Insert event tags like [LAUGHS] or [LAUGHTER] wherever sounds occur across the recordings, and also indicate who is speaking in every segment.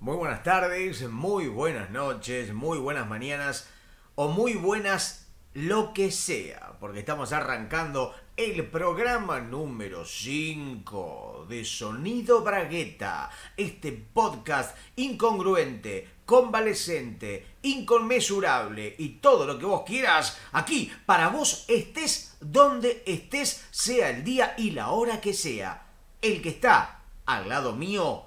Speaker 1: Muy buenas tardes, muy buenas noches, muy buenas mañanas o muy buenas lo que sea, porque estamos arrancando el programa número 5 de Sonido Bragueta, este podcast incongruente, convalescente, inconmensurable y todo lo que vos quieras, aquí para vos estés donde estés, sea el día y la hora que sea. El que está al lado mío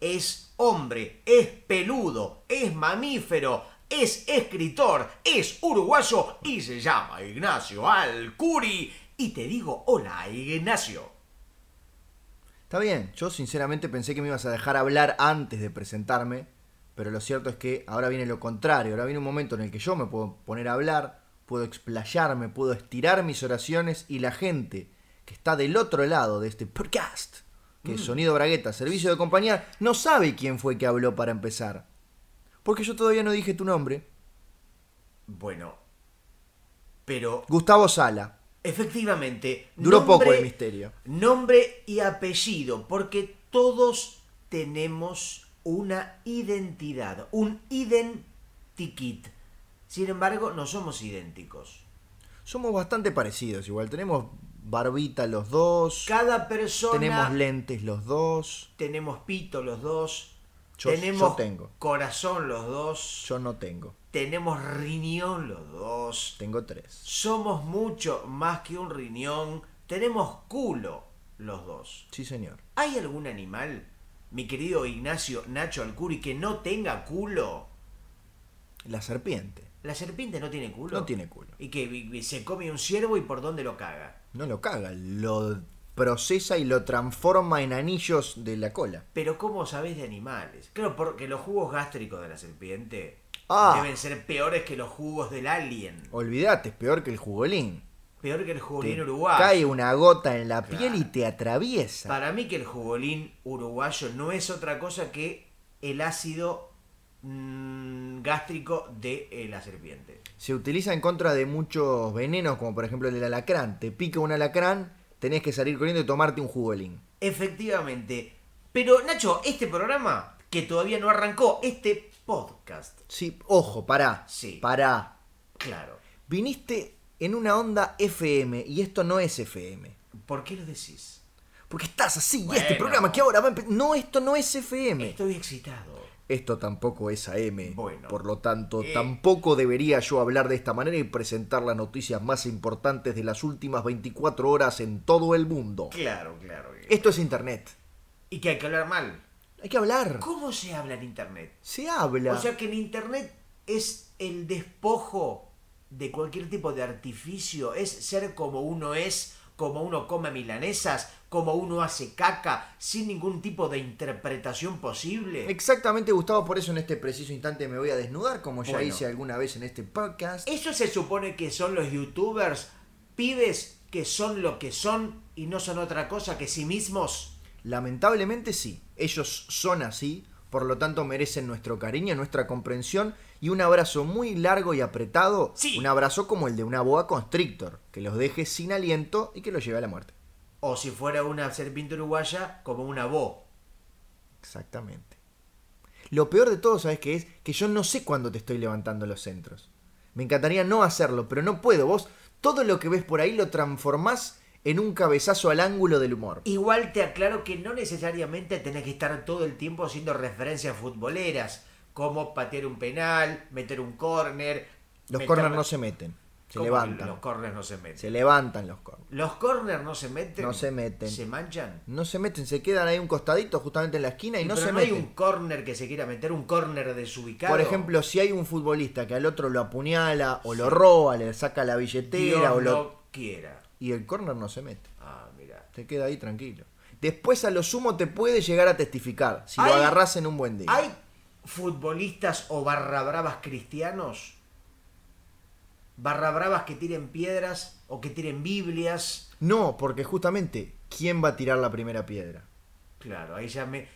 Speaker 1: es hombre, es peludo, es mamífero, es escritor, es uruguayo y se llama Ignacio Alcuri. Y te digo, hola Ignacio.
Speaker 2: Está bien, yo sinceramente pensé que me ibas a dejar hablar antes de presentarme, pero lo cierto es que ahora viene lo contrario, ahora viene un momento en el que yo me puedo poner a hablar, puedo explayarme, puedo estirar mis oraciones y la gente que está del otro lado de este podcast, que es Sonido Bragueta, servicio de compañía, no sabe quién fue que habló para empezar. Porque yo todavía no dije tu nombre.
Speaker 1: Bueno, pero
Speaker 2: Gustavo Sala.
Speaker 1: Efectivamente.
Speaker 2: Duró poco el misterio.
Speaker 1: Nombre y apellido, porque todos tenemos una identidad, un identikit. Sin embargo, no somos idénticos.
Speaker 2: Somos bastante parecidos, igual tenemos barbita los dos,
Speaker 1: Cada persona
Speaker 2: tenemos lentes los dos,
Speaker 1: tenemos pito los dos,
Speaker 2: Yo-
Speaker 1: tenemos
Speaker 2: yo tengo.
Speaker 1: corazón los dos,
Speaker 2: yo no tengo,
Speaker 1: tenemos riñón los dos,
Speaker 2: tengo tres.
Speaker 1: somos mucho más que un riñón, tenemos culo los dos.
Speaker 2: Sí, señor.
Speaker 1: ¿Hay algún animal, mi querido Ignacio Nacho Alcuri, que no tenga culo?
Speaker 2: La serpiente.
Speaker 1: La serpiente no tiene culo.
Speaker 2: No tiene culo.
Speaker 1: Y que vi- vi- se come un ciervo y por dónde lo caga.
Speaker 2: No lo caga, lo procesa y lo transforma en anillos de la cola.
Speaker 1: Pero ¿cómo sabés de animales? Claro, porque los jugos gástricos de la serpiente
Speaker 2: Ah.
Speaker 1: deben ser peores que los jugos del alien.
Speaker 2: Olvídate, es peor que el jugolín.
Speaker 1: Peor que el
Speaker 2: Te
Speaker 1: jugolín uruguayo.
Speaker 2: Cae una gota en la
Speaker 1: Claro.
Speaker 2: piel y te atraviesa.
Speaker 1: Para mí que el jugolín uruguayo no es otra cosa que el ácido mm, gástrico de eh, la serpiente.
Speaker 2: Se utiliza en contra de muchos venenos, como por ejemplo el del alacrán. Te pica un alacrán, tenés que salir corriendo y tomarte un jugolín.
Speaker 1: Efectivamente. Pero Nacho, este programa que todavía no arrancó, este podcast,
Speaker 2: Sí, ojo, pará.
Speaker 1: Sí.
Speaker 2: Pará.
Speaker 1: claro.
Speaker 2: Viniste en una onda FM y esto no es FM.
Speaker 1: ¿Por qué lo decís?
Speaker 2: Porque estás así, y este
Speaker 1: Bueno.
Speaker 2: programa que ahora va a empe- No, esto no es FM.
Speaker 1: Estoy excitado.
Speaker 2: Esto tampoco es AM.
Speaker 1: Bueno.
Speaker 2: por lo tanto,
Speaker 1: Eh.
Speaker 2: tampoco debería yo hablar de esta manera y presentar las noticias más importantes de las últimas 24 horas en todo el mundo.
Speaker 1: Claro, claro.
Speaker 2: Esto es Internet.
Speaker 1: Y que hay que hablar mal.
Speaker 2: Hay que hablar.
Speaker 1: ¿Cómo se habla en Internet?
Speaker 2: Se habla.
Speaker 1: O sea que en Internet es el despojo de cualquier tipo de artificio, es ser como uno es, como uno come milanesas, como uno hace caca, sin ningún tipo de interpretación posible.
Speaker 2: Exactamente, Gustavo, por eso en este preciso instante me voy a desnudar, como ya
Speaker 1: Bueno.
Speaker 2: hice alguna vez en este podcast.
Speaker 1: Eso se supone que son los youtubers, pibes que son lo que son y no son otra cosa que sí mismos.
Speaker 2: Lamentablemente sí, ellos son así, por lo tanto merecen nuestro cariño, nuestra comprensión y un abrazo muy largo y apretado,
Speaker 1: Sí.
Speaker 2: un abrazo como el de una boa constrictor, que los deje sin aliento y que los lleve a la muerte.
Speaker 1: O si fuera una serpiente uruguaya, como una bo.
Speaker 2: Exactamente. Lo peor de todo, ¿sabes qué es? Que yo no sé cuándo te estoy levantando los centros. Me encantaría no hacerlo, pero no puedo. Vos todo lo que ves por ahí lo transformás en un cabezazo al ángulo del humor.
Speaker 1: Igual te aclaro que no necesariamente tenés que estar todo el tiempo haciendo referencias futboleras, como patear un penal, meter un córner.
Speaker 2: Los
Speaker 1: meter-
Speaker 2: corners no se meten, se
Speaker 1: ¿Cómo
Speaker 2: levantan.
Speaker 1: Los corners no se meten.
Speaker 2: Se levantan los corners.
Speaker 1: Los corners no se meten.
Speaker 2: No se meten.
Speaker 1: Se manchan.
Speaker 2: No se meten, se quedan ahí un costadito justamente en la esquina y no
Speaker 1: Pero
Speaker 2: se
Speaker 1: no
Speaker 2: meten.
Speaker 1: hay un corner que se quiera meter, un corner desubicado.
Speaker 2: Por ejemplo, si hay un futbolista que al otro lo apuñala o lo roba, le saca la billetera
Speaker 1: Dios
Speaker 2: o lo...
Speaker 1: no quiera.
Speaker 2: y el córner no se mete.
Speaker 1: Ah, mira.
Speaker 2: Te queda ahí tranquilo. Después a lo sumo te puede llegar a testificar si
Speaker 1: Hay-
Speaker 2: lo agarras en un buen día.
Speaker 1: ¿Hay futbolistas o barra bravas cristianos? Barra bravas que tiren piedras o que tiren Biblias.
Speaker 2: No, porque justamente, ¿quién va a tirar la primera piedra?
Speaker 1: Claro, ahí ya me.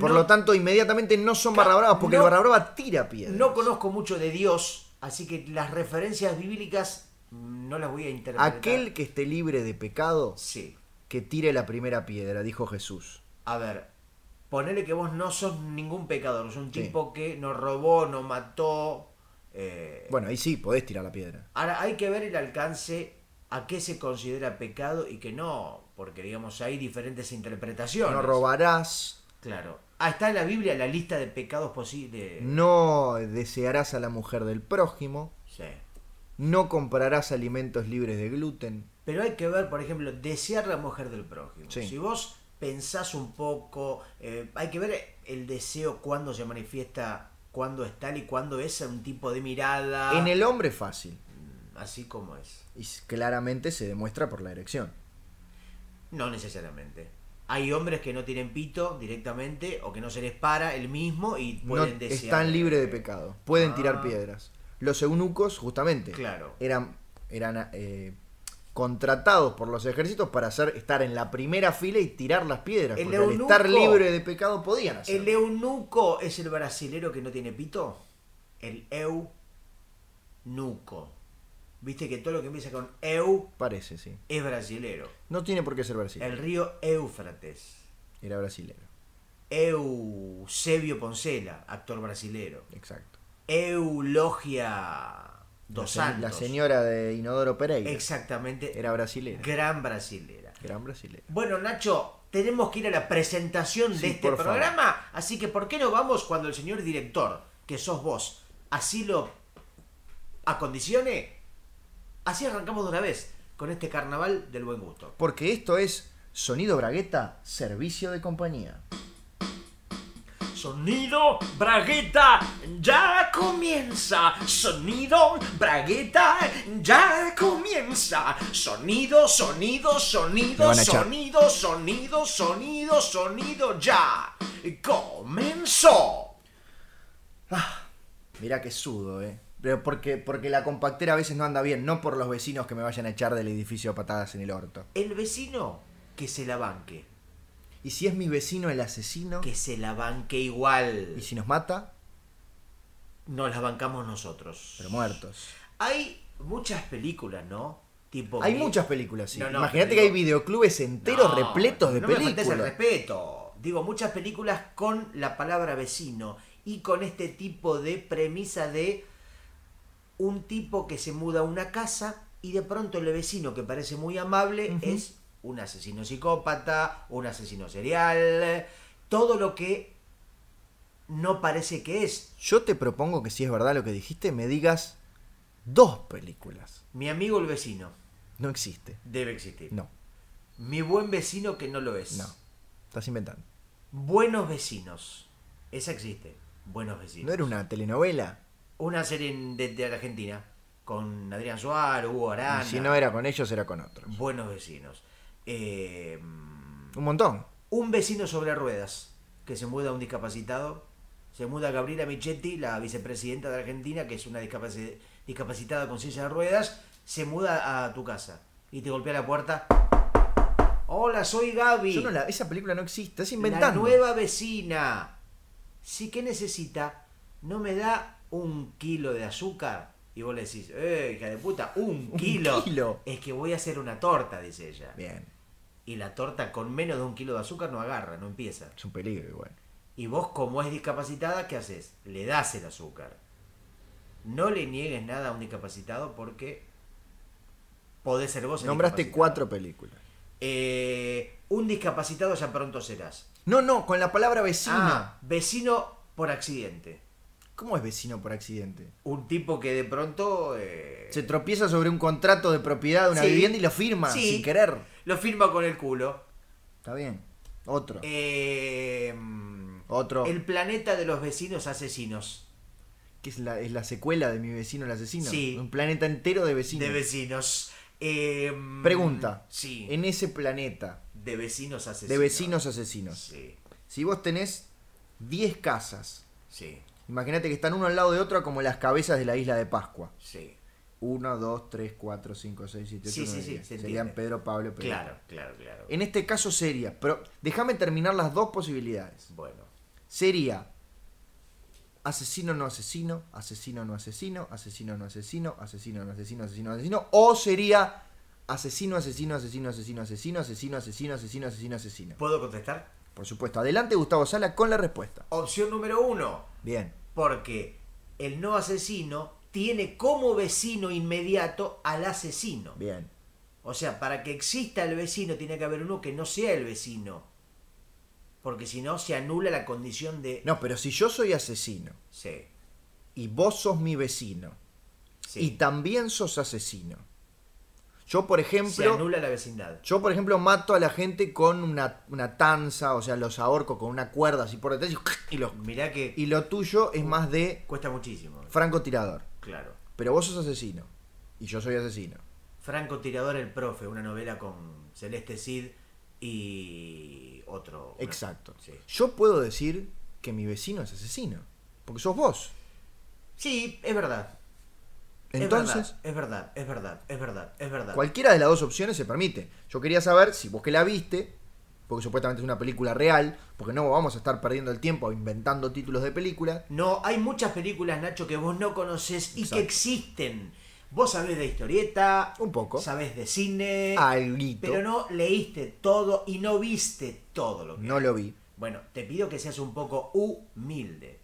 Speaker 2: Por
Speaker 1: no,
Speaker 2: lo tanto, inmediatamente no son
Speaker 1: Ca-
Speaker 2: barra bravas, porque
Speaker 1: no-
Speaker 2: el barra brava tira piedra.
Speaker 1: no conozco mucho de Dios, así que las referencias bíblicas mm, no las voy a interpretar.
Speaker 2: Aquel que esté libre de pecado,
Speaker 1: Sí.
Speaker 2: que tire la primera piedra, dijo Jesús.
Speaker 1: A ver, Ponele que vos no sos ningún pecador, sos un
Speaker 2: Sí.
Speaker 1: tipo que no robó, no mató. eh,
Speaker 2: Bueno, ahí sí, podés tirar la piedra.
Speaker 1: Ahora, hay que ver el alcance a qué se considera pecado y qué no, porque digamos hay diferentes interpretaciones.
Speaker 2: No robarás,
Speaker 1: Claro. Ah, está en la Biblia la lista de pecados posibles.
Speaker 2: no desearás a la mujer del prójimo,
Speaker 1: Sí.
Speaker 2: no comprarás alimentos libres de gluten.
Speaker 1: Pero hay que ver, por ejemplo, desear la mujer del prójimo.
Speaker 2: Sí.
Speaker 1: Si vos pensás un poco, eh, hay que ver el deseo cuando se manifiesta, cuándo es tal y cuándo es un tipo de mirada.
Speaker 2: En el hombre es fácil,
Speaker 1: Así como es.
Speaker 2: y s- claramente se demuestra por la erección.
Speaker 1: No necesariamente. Hay hombres que no tienen pito directamente o que no se les para el mismo y
Speaker 2: No
Speaker 1: pueden desear.
Speaker 2: están libres de pecado, pueden
Speaker 1: Ah.
Speaker 2: tirar piedras. Los eunucos, justamente,
Speaker 1: Claro.
Speaker 2: eran, eran eh, contratados por los ejércitos para hacer, estar en la primera fila y tirar las piedras.
Speaker 1: El
Speaker 2: porque al
Speaker 1: eunuco-
Speaker 2: estar libre de pecado podían
Speaker 1: ¿El
Speaker 2: hacerlo.
Speaker 1: eunuco es el brasilero que no tiene pito? El eunuco. Viste que todo lo que empieza con eu
Speaker 2: Parece, sí.
Speaker 1: es brasilero.
Speaker 2: No tiene por qué ser brasileño.
Speaker 1: El río Éufrates.
Speaker 2: Era brasileño.
Speaker 1: Eusebio Poncela, actor brasilero.
Speaker 2: Exacto.
Speaker 1: Eulogia
Speaker 2: La
Speaker 1: Dos
Speaker 2: se-
Speaker 1: Santos.
Speaker 2: La señora de Inodoro Pereira
Speaker 1: Exactamente.
Speaker 2: era brasilera.
Speaker 1: Gran brasilera.
Speaker 2: Gran brasilera.
Speaker 1: Bueno, Nacho, tenemos que ir a la presentación de
Speaker 2: Sí,
Speaker 1: este
Speaker 2: por favor.
Speaker 1: programa, así que ¿por qué no vamos cuando el señor director, que sos vos, así lo acondicione? Así arrancamos de una vez con este carnaval del buen gusto.
Speaker 2: Porque esto es Sonido Bragueta, servicio de compañía.
Speaker 1: Sonido Bragueta ya comienza. Sonido Bragueta ya comienza. Sonido, sonido,
Speaker 2: Me
Speaker 1: sonido,
Speaker 2: van a echar.
Speaker 1: sonido, sonido, sonido, sonido ya. Comenzó.
Speaker 2: Mirá que sudo, eh. Pero porque, porque la compactera a veces no anda bien, no por los vecinos que me vayan a echar del edificio a patadas en el orto.
Speaker 1: El vecino que se la banque.
Speaker 2: Y si es mi vecino el asesino,
Speaker 1: Que se la banque igual.
Speaker 2: y si nos mata,
Speaker 1: Nos la bancamos nosotros.
Speaker 2: pero muertos.
Speaker 1: Hay muchas películas, ¿no? Tipo.
Speaker 2: Hay
Speaker 1: que-
Speaker 2: muchas películas, sí.
Speaker 1: No, no,
Speaker 2: Imagínate
Speaker 1: pero
Speaker 2: que hay
Speaker 1: digo-
Speaker 2: videoclubes enteros
Speaker 1: No,
Speaker 2: repletos de
Speaker 1: no me faltes el
Speaker 2: películas.
Speaker 1: respeto. Digo, muchas películas con la palabra vecino y con este tipo de premisa de un tipo que se muda a una casa y de pronto el vecino que parece muy amable
Speaker 2: Ujú.
Speaker 1: es un asesino psicópata, un asesino serial, todo lo que no parece que es.
Speaker 2: Yo te propongo que si es verdad lo que dijiste, me digas dos películas.
Speaker 1: Mi amigo el vecino
Speaker 2: No existe.
Speaker 1: debe existir.
Speaker 2: No,
Speaker 1: Mi buen vecino que no lo es.
Speaker 2: no. Estás inventando.
Speaker 1: Buenos vecinos. Esa existe. Buenos vecinos.
Speaker 2: ¿No era una telenovela?
Speaker 1: Una serie en- de, de Argentina con Adrián Suárez, Hugo Arana,
Speaker 2: Y si Ah, no era con ellos, era con otros.
Speaker 1: buenos vecinos. Eh, mm,
Speaker 2: Un montón.
Speaker 1: un vecino sobre ruedas que se muda a un discapacitado. Se muda Gabriela Michetti, la vicepresidenta de Argentina, que es una discapaci- discapacitada con silla de ruedas. Se muda a tu casa y te golpea la puerta. Hola, soy Gaby.
Speaker 2: Yo no la- esa película no existe, estás
Speaker 1: La
Speaker 2: inventando.
Speaker 1: nueva vecina. Sí que necesita, no me da un kilo de azúcar. Y vos le decís, eh, hija de puta, un
Speaker 2: Un
Speaker 1: kilo.
Speaker 2: kilo.
Speaker 1: Es que voy a hacer una torta, dice ella.
Speaker 2: Bien,
Speaker 1: Y la torta con menos de un kilo de azúcar no agarra, no empieza.
Speaker 2: es un peligro igual.
Speaker 1: Y vos, como es discapacitada, ¿qué haces? Le das el azúcar. No le niegues nada a un discapacitado porque podés ser vos el
Speaker 2: Nombraste
Speaker 1: discapacitado.
Speaker 2: cuatro películas.
Speaker 1: Eh, un discapacitado ya pronto serás.
Speaker 2: No, no, con la palabra vecino.
Speaker 1: Ah, vecino por accidente.
Speaker 2: ¿Cómo es vecino por accidente?
Speaker 1: Un tipo que de pronto eh,
Speaker 2: Se tropieza sobre un contrato de propiedad de una
Speaker 1: Sí.
Speaker 2: vivienda y lo firma
Speaker 1: Sí.
Speaker 2: sin querer.
Speaker 1: lo firma con el culo.
Speaker 2: Está bien. Otro.
Speaker 1: Eh, mm,
Speaker 2: Otro.
Speaker 1: El planeta de los vecinos asesinos.
Speaker 2: Que es la, es la secuela de mi vecino el asesino.
Speaker 1: Sí.
Speaker 2: Un planeta entero de vecinos.
Speaker 1: De vecinos. Eh, mm,
Speaker 2: Pregunta.
Speaker 1: Sí.
Speaker 2: En ese planeta
Speaker 1: De vecinos asesinos.
Speaker 2: de vecinos asesinos.
Speaker 1: Sí,
Speaker 2: Si vos tenés 10 casas,
Speaker 1: sí,
Speaker 2: imagínate que están uno al lado de otro como las cabezas de la isla de Pascua.
Speaker 1: sí.
Speaker 2: 1, 2, 3, 4, 5, 6, 7, 8,
Speaker 1: Sí, sí, sí, se
Speaker 2: Serían
Speaker 1: entiende.
Speaker 2: Pedro, Pablo, Pedro.
Speaker 1: Claro, claro, claro.
Speaker 2: En este caso sería, pero déjame terminar las dos posibilidades.
Speaker 1: Bueno.
Speaker 2: Sería asesino no asesino, asesino no asesino, asesino no asesino, asesino no asesino, asesino no asesino, o sería asesino, asesino, asesino, asesino, asesino, asesino, asesino, asesino, asesino, asesino.
Speaker 1: ¿Puedo contestar?
Speaker 2: Por supuesto. Adelante, Gustavo Sala, con la respuesta.
Speaker 1: Opción número uno,
Speaker 2: Bien.
Speaker 1: porque el no asesino tiene como vecino inmediato al asesino.
Speaker 2: Bien.
Speaker 1: O sea, para que exista el vecino tiene que haber uno que no sea el vecino. Porque si no, se anula la condición de...
Speaker 2: No, pero si yo soy asesino
Speaker 1: Sí,
Speaker 2: y vos sos mi vecino
Speaker 1: sí.
Speaker 2: y también sos asesino. Yo, por
Speaker 1: se
Speaker 2: ejemplo,
Speaker 1: anula la vecindad.
Speaker 2: yo, por ejemplo, mato a la gente con una, una tanza, o sea, los ahorco con una cuerda así por detrás y, [LAUGHS] y los...
Speaker 1: Mirá que
Speaker 2: Y lo tuyo es más de
Speaker 1: cuesta muchísimo.
Speaker 2: francotirador.
Speaker 1: Claro.
Speaker 2: Pero vos sos asesino. Y yo soy asesino.
Speaker 1: Franco Tirador el Profe, una novela con Celeste Cid y otro. una-
Speaker 2: Exacto.
Speaker 1: Sí.
Speaker 2: Yo puedo decir que mi vecino es asesino. Porque sos vos.
Speaker 1: Sí, es verdad. es
Speaker 2: Entonces,
Speaker 1: verdad, Es verdad, es verdad, es verdad, es verdad.
Speaker 2: cualquiera de las dos opciones se permite. Yo quería saber si vos que la viste, porque supuestamente es una película real, porque no vamos a estar perdiendo el tiempo inventando títulos de películas.
Speaker 1: No, hay muchas películas, Nacho, que vos no conoces y
Speaker 2: Exacto.
Speaker 1: que existen. Vos sabés de historieta.
Speaker 2: Un poco.
Speaker 1: Sabés de cine.
Speaker 2: Alguito.
Speaker 1: Pero no leíste todo y no viste todo lo que.
Speaker 2: No lo vi.
Speaker 1: Bueno, te pido que seas un poco humilde.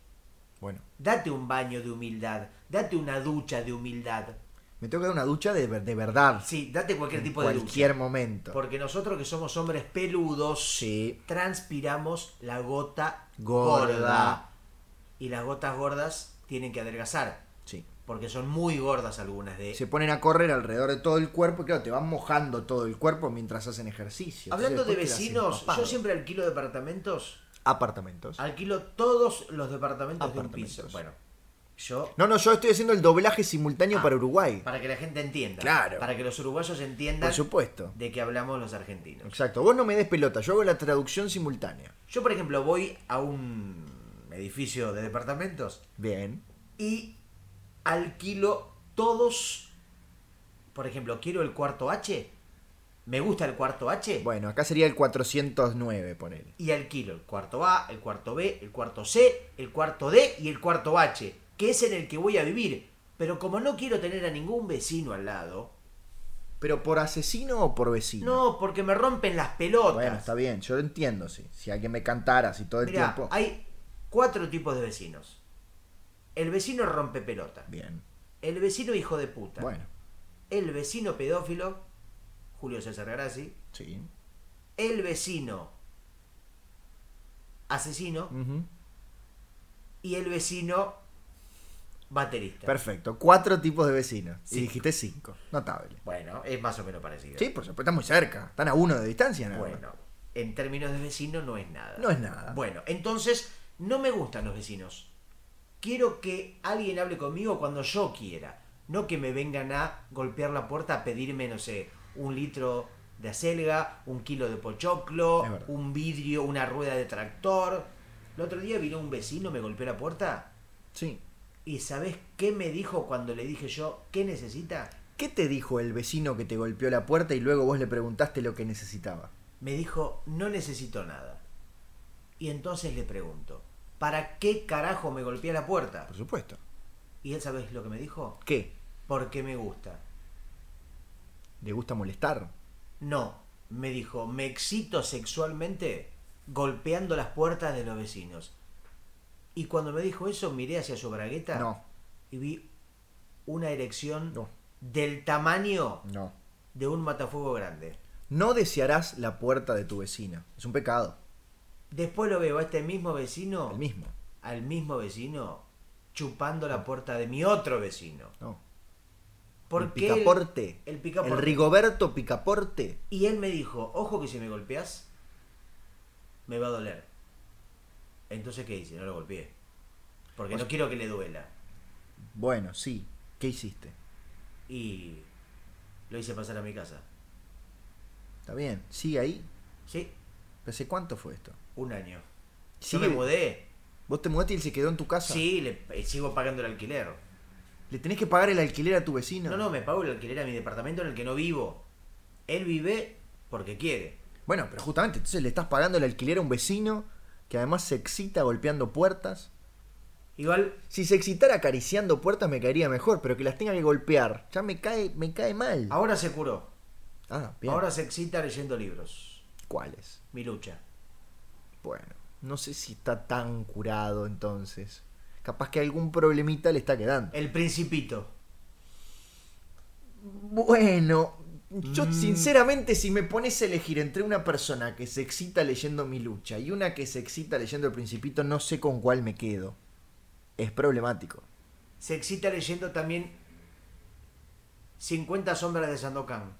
Speaker 2: Bueno,
Speaker 1: Date un baño de humildad. Date una ducha de humildad.
Speaker 2: me tengo que dar una ducha de, ver- de verdad.
Speaker 1: Sí, date cualquier tipo de ducha.
Speaker 2: cualquier momento.
Speaker 1: Porque nosotros que somos hombres peludos,
Speaker 2: Sí.
Speaker 1: transpiramos la gota
Speaker 2: Gorda.
Speaker 1: gorda. Y las gotas gordas tienen que adelgazar,
Speaker 2: Sí.
Speaker 1: porque son muy gordas algunas de...
Speaker 2: Se ponen a correr alrededor de todo el cuerpo y claro, te van mojando todo el cuerpo mientras hacen ejercicio.
Speaker 1: Hablando de
Speaker 2: Entonces, después quedas
Speaker 1: vecinos, yo
Speaker 2: empapado.
Speaker 1: siempre alquilo departamentos,
Speaker 2: Apartamentos.
Speaker 1: alquilo todos los departamentos de un
Speaker 2: Apartamentos.
Speaker 1: piso. Bueno, yo...
Speaker 2: No, no, yo estoy haciendo el doblaje simultáneo
Speaker 1: Ah,
Speaker 2: para Uruguay.
Speaker 1: Para que la gente entienda.
Speaker 2: Claro.
Speaker 1: Para que los uruguayos entiendan
Speaker 2: Por supuesto.
Speaker 1: de que hablamos los argentinos.
Speaker 2: Exacto. Vos no me des pelota, yo hago la traducción simultánea.
Speaker 1: Yo, por ejemplo, voy a un edificio de departamentos
Speaker 2: Bien.
Speaker 1: y alquilo todos. Por ejemplo, quiero el cuarto H. Me gusta el cuarto H.
Speaker 2: Bueno, acá sería el 409, ponele.
Speaker 1: Y alquilo el cuarto A, el cuarto B, el cuarto C, el cuarto D y el cuarto H, que es en el que voy a vivir. Pero como no quiero tener a ningún vecino al lado,
Speaker 2: ¿Pero por asesino o por vecino?
Speaker 1: no, porque me rompen las pelotas.
Speaker 2: Bueno, está bien, yo lo entiendo, sí. Si alguien me cantara así todo el
Speaker 1: Mirá,
Speaker 2: tiempo.
Speaker 1: hay cuatro tipos de vecinos. El vecino rompe pelota.
Speaker 2: Bien.
Speaker 1: El vecino hijo de puta.
Speaker 2: Bueno,
Speaker 1: El vecino pedófilo, Julio César Grassi.
Speaker 2: sí.
Speaker 1: el vecino asesino
Speaker 2: Ujú.
Speaker 1: y el vecino baterista.
Speaker 2: Perfecto. Cuatro tipos de vecinos. Y
Speaker 1: Cinco.
Speaker 2: dijiste cinco. Notable.
Speaker 1: Bueno, es más o menos parecido.
Speaker 2: Sí, por supuesto, están muy cerca. Están a uno de distancia, nada más.
Speaker 1: Bueno, en términos de vecino no es nada.
Speaker 2: No es nada.
Speaker 1: Bueno, entonces no me gustan los vecinos. Quiero que alguien hable conmigo cuando yo quiera. No que me vengan a golpear la puerta a pedirme, no sé, un litro de acelga, un kilo de pochoclo,
Speaker 2: Es verdad.
Speaker 1: un vidrio, una rueda de tractor. El otro día vino un vecino, me golpeó la puerta.
Speaker 2: Sí.
Speaker 1: ¿Y sabes qué me dijo cuando le dije yo qué necesita?
Speaker 2: ¿Qué te dijo el vecino que te golpeó la puerta y luego vos le preguntaste lo que necesitaba?
Speaker 1: Me dijo, no necesito nada. Y entonces le pregunto, ¿para qué carajo me golpeé la puerta?
Speaker 2: Por supuesto.
Speaker 1: Y él, ¿sabes lo que me dijo?
Speaker 2: ¿Qué?
Speaker 1: Porque me gusta.
Speaker 2: ¿Le gusta molestar?
Speaker 1: No, me dijo, me excito sexualmente golpeando las puertas de los vecinos. Y cuando me dijo eso, miré hacia su bragueta
Speaker 2: No.
Speaker 1: y vi una erección
Speaker 2: No.
Speaker 1: del tamaño
Speaker 2: No.
Speaker 1: de un matafuego grande.
Speaker 2: No desearás la puerta de tu vecino. Es un pecado.
Speaker 1: Después lo veo a este mismo vecino,
Speaker 2: El mismo.
Speaker 1: al mismo vecino, chupando la puerta de mi otro vecino.
Speaker 2: No. el
Speaker 1: Porque él-
Speaker 2: picaporte.
Speaker 1: El, picaporte.
Speaker 2: El Rigoberto Picaporte.
Speaker 1: Y él me dijo, ojo que si me golpeas, me va a doler. Entonces, ¿qué hice? No lo golpeé. Porque
Speaker 2: O
Speaker 1: no
Speaker 2: sea-
Speaker 1: quiero que le duela.
Speaker 2: Bueno, sí. ¿Qué hiciste?
Speaker 1: Y lo hice pasar a mi casa.
Speaker 2: Está bien. Sigue ahí.
Speaker 1: ¿Sí?
Speaker 2: ¿Pensé cuánto fue esto?
Speaker 1: Un año.
Speaker 2: Sí.
Speaker 1: Yo me mudé.
Speaker 2: ¿Vos te mudaste y él se quedó en tu casa?
Speaker 1: Sí, le, eh, sigo pagando el alquiler.
Speaker 2: ¿Le tenés que pagar el alquiler a tu vecino?
Speaker 1: No, no, me pago el alquiler a mi departamento en el que no vivo. Él vive porque quiere.
Speaker 2: Bueno, pero justamente, entonces le estás pagando el alquiler a un vecino que además se excita golpeando puertas.
Speaker 1: Igual
Speaker 2: Si se excitara acariciando puertas me caería mejor, pero que las tenga que golpear. Ya me cae, me cae mal.
Speaker 1: Ahora se curó.
Speaker 2: Ah, bien.
Speaker 1: Ahora se excita leyendo libros.
Speaker 2: ¿Cuáles?
Speaker 1: Mi lucha.
Speaker 2: Bueno, no sé si está tan curado entonces. Capaz que algún problemita le está quedando.
Speaker 1: El Principito.
Speaker 2: Bueno, yo
Speaker 1: Mm.
Speaker 2: sinceramente si me pones a elegir entre una persona que se excita leyendo Mi Lucha y una que se excita leyendo El Principito, no sé con cuál me quedo. Es problemático.
Speaker 1: Se excita leyendo también 50 sombras de Sandokan,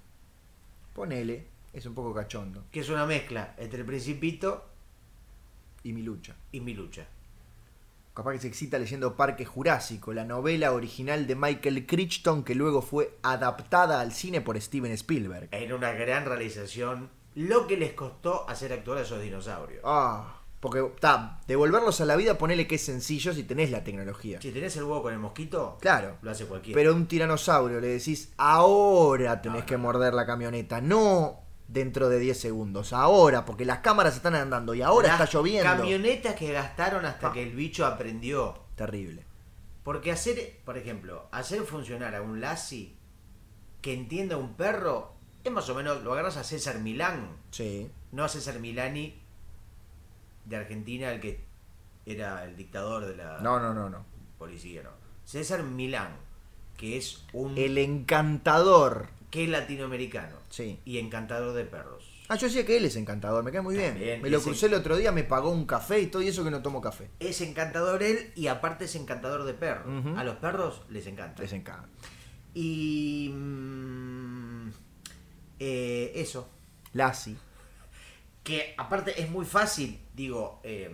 Speaker 2: Ponele, es un poco cachondo.
Speaker 1: que es una mezcla entre el Principito
Speaker 2: Y Mi Lucha.
Speaker 1: y mi lucha.
Speaker 2: Capaz que se excita leyendo Parque Jurásico, la novela original de Michael Crichton que luego fue adaptada al cine por Steven Spielberg.
Speaker 1: En una gran realización, lo que les costó hacer actuar a esos dinosaurios.
Speaker 2: Ah, porque ta, devolverlos a la vida, ponele que es sencillo si tenés la tecnología.
Speaker 1: Si tenés el huevo con el mosquito,
Speaker 2: Claro.
Speaker 1: lo hace cualquiera.
Speaker 2: Pero a un tiranosaurio le decís, ahora tenés
Speaker 1: No,
Speaker 2: que
Speaker 1: no.
Speaker 2: morder la camioneta, no dentro de 10 segundos, ahora, porque las cámaras están andando y ahora
Speaker 1: Las
Speaker 2: está lloviendo.
Speaker 1: Camionetas que gastaron hasta
Speaker 2: Ah.
Speaker 1: que el bicho aprendió.
Speaker 2: Terrible.
Speaker 1: Porque hacer, por ejemplo, hacer funcionar a un Lassi que entienda a un perro, es más o menos, lo agarras a César Milán,
Speaker 2: Sí.
Speaker 1: no a César Milani de Argentina, el que era el dictador de la
Speaker 2: No, no, no, no.
Speaker 1: policía, no. César Milán, que es un...
Speaker 2: El encantador.
Speaker 1: que es latinoamericano
Speaker 2: Sí.
Speaker 1: y encantador de perros.
Speaker 2: Ah, yo decía que él es encantador, me cae muy bien.
Speaker 1: También,
Speaker 2: me lo
Speaker 1: ese-
Speaker 2: crucé el otro día, me pagó un café y todo, y eso que no tomo café.
Speaker 1: Es encantador él y aparte es encantador de perros.
Speaker 2: Ujú.
Speaker 1: A los perros les encanta.
Speaker 2: Les encanta.
Speaker 1: Y... mm, eh, eso.
Speaker 2: Lassie.
Speaker 1: Que aparte es muy fácil, digo, eh,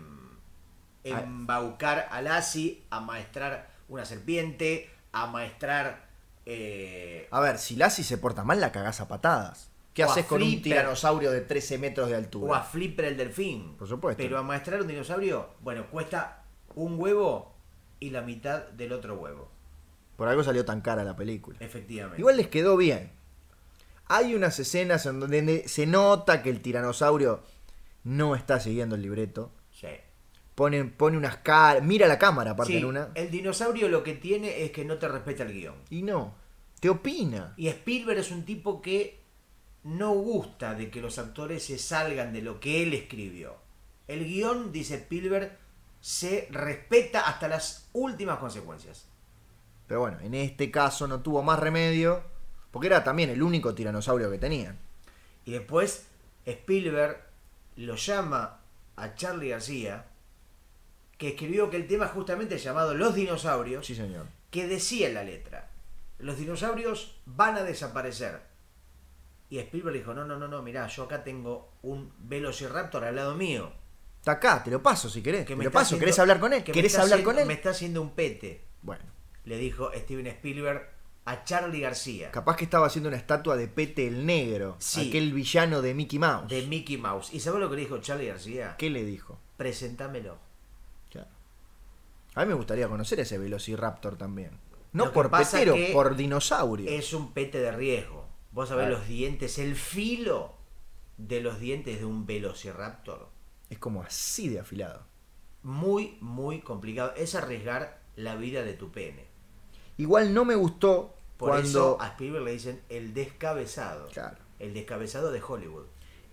Speaker 1: embaucar a Lassie, amaestrar una serpiente, amaestrar... Eh,
Speaker 2: A ver, si Lassie se porta mal, la cagás a patadas. ¿Qué
Speaker 1: O a
Speaker 2: haces con un
Speaker 1: Flipper.
Speaker 2: tiranosaurio de 13 metros de
Speaker 1: o a
Speaker 2: altura?
Speaker 1: Flipper el delfín.
Speaker 2: Por supuesto.
Speaker 1: Pero amaestrar un dinosaurio, bueno, cuesta un huevo y la mitad del otro huevo.
Speaker 2: Por algo salió tan cara la
Speaker 1: Eh.
Speaker 2: película.
Speaker 1: Efectivamente.
Speaker 2: Igual les quedó bien. Hay unas escenas en donde se nota que el tiranosaurio no está siguiendo el libreto.
Speaker 1: Sí.
Speaker 2: Pone, pone unas caras. Mira la cámara, aparte
Speaker 1: Sí,
Speaker 2: en una.
Speaker 1: El dinosaurio lo que tiene es que no te respeta el guión.
Speaker 2: Y no. Te opina.
Speaker 1: Y Spielberg es un tipo que no gusta de que los actores se salgan de lo que él escribió. El guión, dice Spielberg, se respeta hasta las últimas consecuencias.
Speaker 2: Pero bueno, en este caso no tuvo más remedio. Porque era también el único tiranosaurio que tenían.
Speaker 1: Y después Spielberg lo llama a Charlie García, que escribió que el tema es justamente llamado Los dinosaurios.
Speaker 2: Sí, señor.
Speaker 1: que decía en la letra, los dinosaurios van a desaparecer. Y Spielberg dijo, no, no, no, no, mirá, yo acá tengo un Velociraptor al lado mío.
Speaker 2: Está acá, te lo paso si querés.
Speaker 1: Que
Speaker 2: te
Speaker 1: me
Speaker 2: lo
Speaker 1: está
Speaker 2: paso,
Speaker 1: haciendo-
Speaker 2: ¿querés hablar con él?
Speaker 1: que me
Speaker 2: ¿Querés
Speaker 1: está
Speaker 2: hablar
Speaker 1: haciendo-
Speaker 2: con él?
Speaker 1: Me está haciendo un pete,
Speaker 2: Bueno,
Speaker 1: le dijo Steven Spielberg a Charlie García,
Speaker 2: capaz que estaba haciendo una estatua de Pete el Negro.
Speaker 1: Sí.
Speaker 2: Aquel villano de Mickey Mouse.
Speaker 1: de Mickey Mouse. ¿Y sabés lo que le dijo Charlie García?
Speaker 2: ¿Qué le dijo?
Speaker 1: Presentámelo.
Speaker 2: Claro. A mí me gustaría conocer ese Velociraptor también. No
Speaker 1: Lo que
Speaker 2: por
Speaker 1: pasa
Speaker 2: petero,
Speaker 1: que
Speaker 2: por dinosaurio.
Speaker 1: Es un pete de riesgo. Vos sabés
Speaker 2: Claro.
Speaker 1: los dientes, el filo de los dientes de un Velociraptor.
Speaker 2: Es como así de afilado.
Speaker 1: Muy, muy complicado. Es arriesgar la vida de tu pene.
Speaker 2: Igual no me gustó
Speaker 1: Por
Speaker 2: cuando
Speaker 1: eso a Spielberg le dicen el descabezado.
Speaker 2: Claro.
Speaker 1: El descabezado de Hollywood.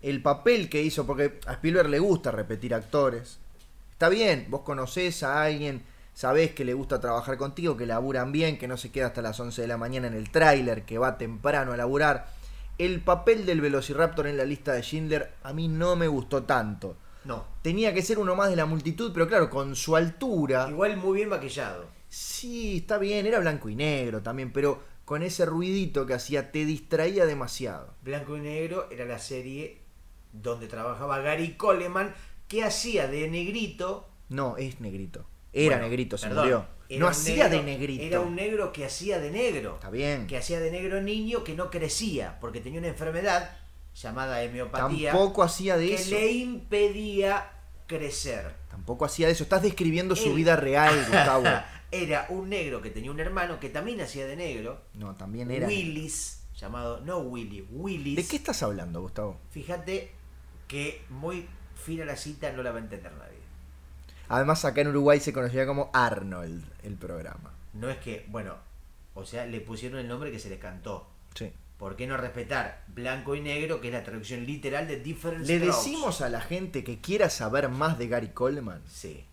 Speaker 2: el papel que hizo, porque a Spielberg le gusta repetir actores. Está bien, vos conocés a alguien, sabés que le gusta trabajar contigo, que laburan bien, que no se queda hasta las 11 de la mañana en el tráiler, que va temprano a laburar. El papel del Velociraptor en la lista de Schindler a mí no me gustó tanto.
Speaker 1: No.
Speaker 2: Tenía que ser uno más de la multitud, pero claro, con su altura.
Speaker 1: Igual muy bien maquillado.
Speaker 2: Sí, está bien, era blanco y negro también, pero con ese ruidito que hacía te distraía demasiado.
Speaker 1: Blanco y Negro era la serie donde trabajaba Gary Coleman que hacía de negrito.
Speaker 2: No, es negrito. Era
Speaker 1: Bueno,
Speaker 2: negrito, se
Speaker 1: perdón,
Speaker 2: murió.
Speaker 1: era
Speaker 2: No
Speaker 1: un
Speaker 2: hacía
Speaker 1: negro-
Speaker 2: de negrito.
Speaker 1: Era un negro que hacía de negro.
Speaker 2: Está bien.
Speaker 1: Que hacía de negro niño que no crecía porque tenía una enfermedad llamada hemiopatía
Speaker 2: Tampoco hacía de
Speaker 1: que
Speaker 2: eso.
Speaker 1: le impedía crecer.
Speaker 2: Tampoco hacía de eso. Estás describiendo su
Speaker 1: Él- [LAUGHS]
Speaker 2: vida real, Gustavo.
Speaker 1: Era un negro que tenía un hermano que también hacía de negro.
Speaker 2: No, también era.
Speaker 1: Willis, llamado, no Willy, Willis.
Speaker 2: ¿De qué estás hablando, Gustavo?
Speaker 1: Fíjate que muy fina la cita no la va a entender nadie.
Speaker 2: Además, acá en Uruguay se conocía como Arnold el programa.
Speaker 1: No es que, bueno, o sea, le pusieron el nombre que se le cantó.
Speaker 2: Sí.
Speaker 1: ¿Por qué no respetar blanco y negro, que es la traducción literal de Different
Speaker 2: Le
Speaker 1: Strokes?
Speaker 2: decimos a la gente que quiera saber más de Gary Coleman
Speaker 1: Sí.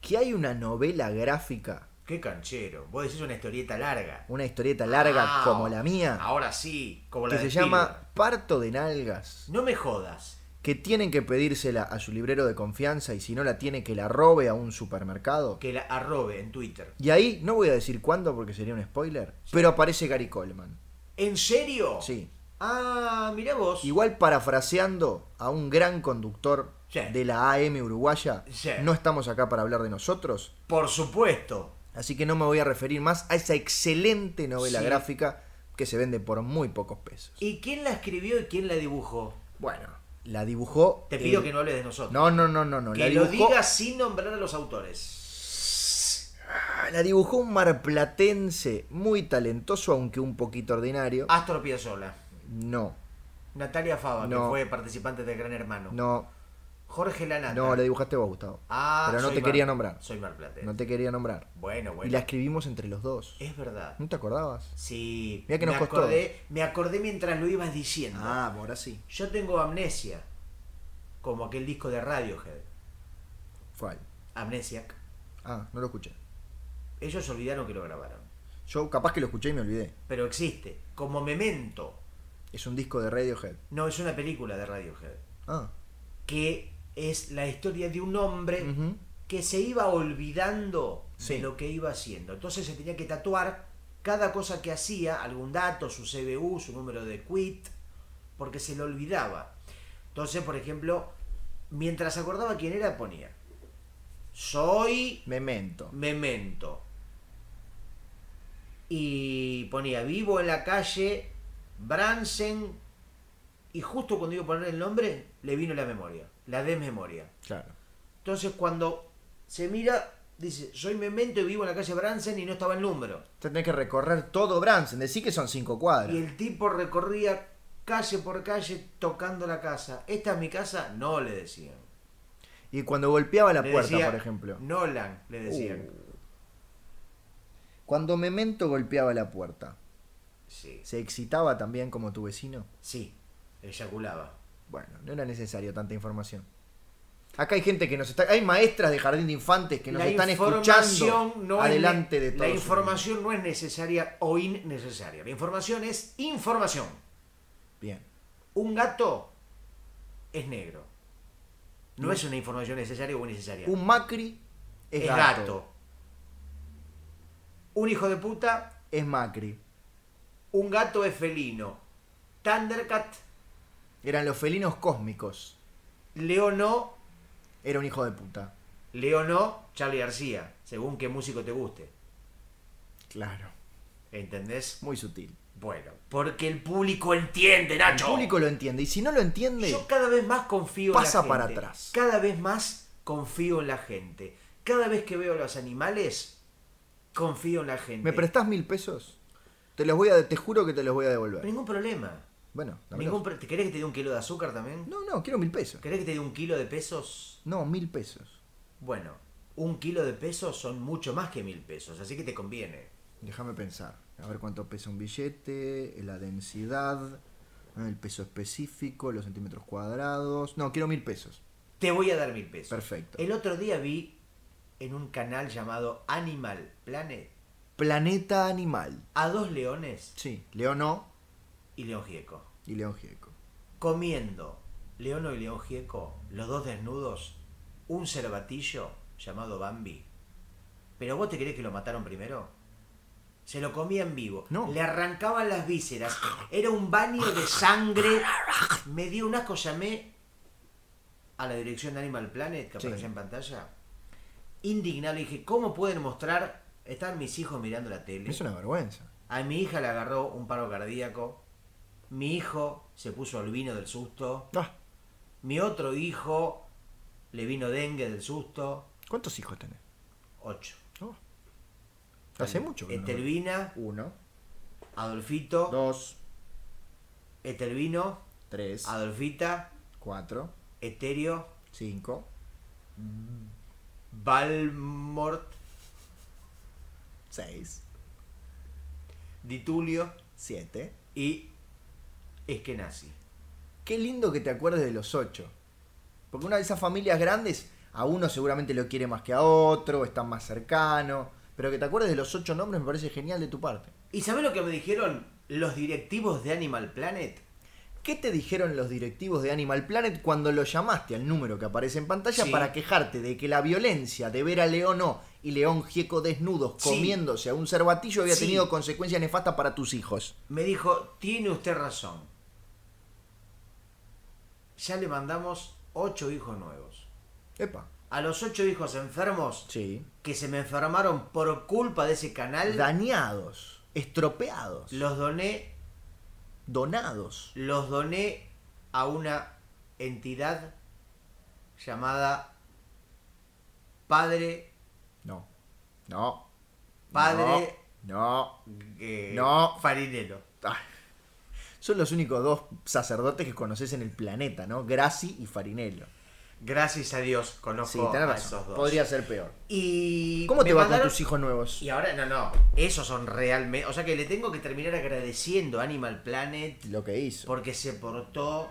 Speaker 2: que hay una novela gráfica,
Speaker 1: Qué canchero. Vos decís una historieta larga.
Speaker 2: una historieta larga
Speaker 1: Ah,
Speaker 2: como la mía,
Speaker 1: Ahora sí, como la
Speaker 2: que se
Speaker 1: de Spielberg.
Speaker 2: llama Parto de Nalgas,
Speaker 1: No me jodas.
Speaker 2: que tienen que pedírsela a su librero de confianza y si no la tiene que la robe a un supermercado.
Speaker 1: Que la arrobe en Twitter.
Speaker 2: Y ahí, no voy a decir cuándo porque sería un spoiler, pero aparece Gary Coleman.
Speaker 1: ¿En serio?
Speaker 2: Sí.
Speaker 1: Ah, mirá vos.
Speaker 2: Igual parafraseando a un gran conductor
Speaker 1: Sí.
Speaker 2: de la AM uruguaya,
Speaker 1: Sí.
Speaker 2: no estamos acá para hablar de nosotros,
Speaker 1: Por supuesto.
Speaker 2: Así que no me voy a referir más a esa excelente novela
Speaker 1: Sí.
Speaker 2: gráfica que se vende por muy pocos pesos.
Speaker 1: ¿Y quién la escribió y quién la dibujó?
Speaker 2: Bueno, la dibujó.
Speaker 1: Te pido
Speaker 2: el-
Speaker 1: que no hables de nosotros.
Speaker 2: No, no, no, no, no. La
Speaker 1: que lo
Speaker 2: dibujó,
Speaker 1: digas sin nombrar a los autores.
Speaker 2: Ah, la dibujó un marplatense muy talentoso, aunque un poquito ordinario.
Speaker 1: Astor Piazzolla,
Speaker 2: No,
Speaker 1: Natalia Fava, que
Speaker 2: No.
Speaker 1: fue participante del Gran Hermano.
Speaker 2: no,
Speaker 1: Jorge Lanata.
Speaker 2: no, la dibujaste vos, Gustavo.
Speaker 1: Ah,
Speaker 2: Pero no
Speaker 1: soy
Speaker 2: te
Speaker 1: Mar-
Speaker 2: quería nombrar.
Speaker 1: Soy marplatense.
Speaker 2: No te quería nombrar.
Speaker 1: Bueno, bueno.
Speaker 2: Y la escribimos entre los dos.
Speaker 1: Es verdad.
Speaker 2: ¿No te acordabas?
Speaker 1: Sí.
Speaker 2: Mirá que nos
Speaker 1: me
Speaker 2: costó. Ah.
Speaker 1: Acordé, me acordé mientras lo ibas diciendo.
Speaker 2: ahora sí.
Speaker 1: Yo tengo amnesia. Como aquel disco de Radiohead.
Speaker 2: ¿Cuál?
Speaker 1: Amnesiac.
Speaker 2: Ah, no lo escuché.
Speaker 1: Ellos olvidaron que lo grabaron.
Speaker 2: Yo capaz que lo escuché y me olvidé.
Speaker 1: Pero existe. Como memento.
Speaker 2: Es un disco de Radiohead.
Speaker 1: No, es una película de Radiohead.
Speaker 2: Ah.
Speaker 1: Que es la historia de un hombre
Speaker 2: ujú.
Speaker 1: que se iba olvidando
Speaker 2: Sí.
Speaker 1: de lo que iba haciendo. Entonces se tenía que tatuar cada cosa que hacía, algún dato, su CBU, su número de quit, porque se lo olvidaba. Entonces, por ejemplo, mientras se acordaba quién era, ponía, soy
Speaker 2: Memento.
Speaker 1: memento. Y ponía, vivo en la calle, Bransen, y justo cuando iba a poner el nombre, le vino la memoria, la desmemoria.
Speaker 2: Claro.
Speaker 1: Entonces cuando se mira, dice, soy memento y vivo en la calle Bransen y no estaba el número.
Speaker 2: Usted tenés que recorrer todo Bransen. Decí que son cinco cuadras.
Speaker 1: Y el tipo recorría calle por calle tocando la casa. ¿Esta es mi casa? No, le decían.
Speaker 2: Y cuando golpeaba la
Speaker 1: Le
Speaker 2: puerta,
Speaker 1: decía
Speaker 2: por ejemplo. Uh.
Speaker 1: Nolan, le decían.
Speaker 2: Cuando Memento golpeaba la puerta,
Speaker 1: Sí,
Speaker 2: ¿se excitaba también como tu vecino?
Speaker 1: sí, eyaculaba.
Speaker 2: Bueno, no era necesario tanta información. Acá hay gente que nos está. Hay maestras de jardín de infantes que nos están escuchando
Speaker 1: es ne-
Speaker 2: adelante de todo.
Speaker 1: La información no es necesaria o innecesaria. La información es información.
Speaker 2: Bien.
Speaker 1: Un gato es negro. No es una información necesaria o innecesaria.
Speaker 2: Un Macri es,
Speaker 1: es gato.
Speaker 2: gato.
Speaker 1: Un hijo de puta,
Speaker 2: Es Macri.
Speaker 1: un gato es felino. Thundercat,
Speaker 2: Eran los felinos cósmicos.
Speaker 1: Leo no,
Speaker 2: Era un hijo de puta.
Speaker 1: Leo no, Charlie García, según qué músico te guste.
Speaker 2: Claro.
Speaker 1: ¿Entendés?
Speaker 2: Muy sutil.
Speaker 1: Bueno, porque el público entiende, Nacho.
Speaker 2: El público lo entiende. Y si no lo entiende,
Speaker 1: Yo cada vez más confío
Speaker 2: Pasa
Speaker 1: en la gente.
Speaker 2: para atrás.
Speaker 1: Cada vez más confío en la gente. Cada vez que veo a los animales, confío en la gente.
Speaker 2: ¿me prestás mil pesos? Te los voy a. Te juro que te los voy a devolver.
Speaker 1: Ningún problema.
Speaker 2: Bueno, dámelos.
Speaker 1: Ningún pre- ¿Querés que te dé un kilo de azúcar también?
Speaker 2: No, no, quiero mil pesos.
Speaker 1: ¿Querés que te dé un kilo de pesos?
Speaker 2: No, mil pesos.
Speaker 1: Bueno, un kilo de pesos son mucho más que mil pesos, así que te conviene.
Speaker 2: Déjame pensar. A ver cuánto pesa un billete, la densidad, el peso específico, los centímetros cuadrados. No, quiero mil pesos.
Speaker 1: Te voy a dar mil pesos.
Speaker 2: Perfecto.
Speaker 1: El otro día vi en un canal llamado Animal Planet
Speaker 2: Planeta animal.
Speaker 1: a dos leones
Speaker 2: Sí. Leono
Speaker 1: y León Gieco.
Speaker 2: y León Gieco.
Speaker 1: Comiendo, Leono y León Gieco, los dos desnudos, un cervatillo llamado Bambi. ¿Pero vos te crees que lo mataron primero? Se lo comía en vivo.
Speaker 2: No.
Speaker 1: Le arrancaban las vísceras. Era un baño de sangre. Me dio un asco, llamé a la dirección de Animal Planet, que
Speaker 2: Sí.
Speaker 1: aparecía en pantalla. Indignado, le dije, ¿cómo pueden mostrar? Están mis hijos mirando la tele.
Speaker 2: Es una vergüenza.
Speaker 1: A mi hija le agarró un paro cardíaco. Mi hijo se puso al vino del susto.
Speaker 2: Ah,
Speaker 1: Mi otro hijo le vino dengue del susto.
Speaker 2: ¿Cuántos hijos tenés?
Speaker 1: Ocho.
Speaker 2: Oh. Hace mucho. que no nos vemos.
Speaker 1: Etelvina,
Speaker 2: Eh, Uno,
Speaker 1: Adolfito,
Speaker 2: dos,
Speaker 1: Etelvino,
Speaker 2: tres,
Speaker 1: Adolfita,
Speaker 2: cuatro,
Speaker 1: Eterio,
Speaker 2: cinco,
Speaker 1: Balmort,
Speaker 2: seis,
Speaker 1: Ditulio
Speaker 2: siete,
Speaker 1: y es que nazi.
Speaker 2: Qué lindo que te acuerdes de los ocho. Porque una de esas familias grandes, a uno seguramente lo quiere más que a otro, están más cercano. Pero que te acuerdes de los ocho nombres me parece genial de tu parte.
Speaker 1: ¿Y sabés lo que me dijeron los directivos de Animal Planet?
Speaker 2: ¿Qué te dijeron los directivos de Animal Planet cuando lo llamaste al número que aparece en pantalla
Speaker 1: Sí.
Speaker 2: para quejarte de que la violencia de ver a León O y León Gieco desnudos
Speaker 1: Sí.
Speaker 2: comiéndose a un cervatillo había
Speaker 1: Sí.
Speaker 2: tenido consecuencias nefastas para tus hijos?
Speaker 1: Me dijo, tiene usted razón. Ya le mandamos ocho hijos nuevos.
Speaker 2: Epa.
Speaker 1: A los ocho hijos enfermos
Speaker 2: Sí.
Speaker 1: que se me enfermaron por culpa de ese canal,
Speaker 2: Dañados, estropeados,
Speaker 1: los doné,
Speaker 2: donados.
Speaker 1: los doné a una entidad llamada Padre,
Speaker 2: No. No.
Speaker 1: Padre
Speaker 2: No.
Speaker 1: eh,
Speaker 2: No.
Speaker 1: Farinero.
Speaker 2: no. Ah. Son los únicos dos sacerdotes que conoces en el planeta, ¿no? Graci y Farinello.
Speaker 1: Gracias a Dios
Speaker 2: Sí,
Speaker 1: conozco
Speaker 2: tenés
Speaker 1: a
Speaker 2: razón.
Speaker 1: esos dos.
Speaker 2: Podría ser peor.
Speaker 1: Y
Speaker 2: ¿Cómo te
Speaker 1: me
Speaker 2: va
Speaker 1: mandaron-
Speaker 2: con tus hijos nuevos?
Speaker 1: Y ahora no, no, esos son realmente, o sea que le tengo que terminar agradeciendo a Animal Planet
Speaker 2: Lo que hizo.
Speaker 1: porque se portó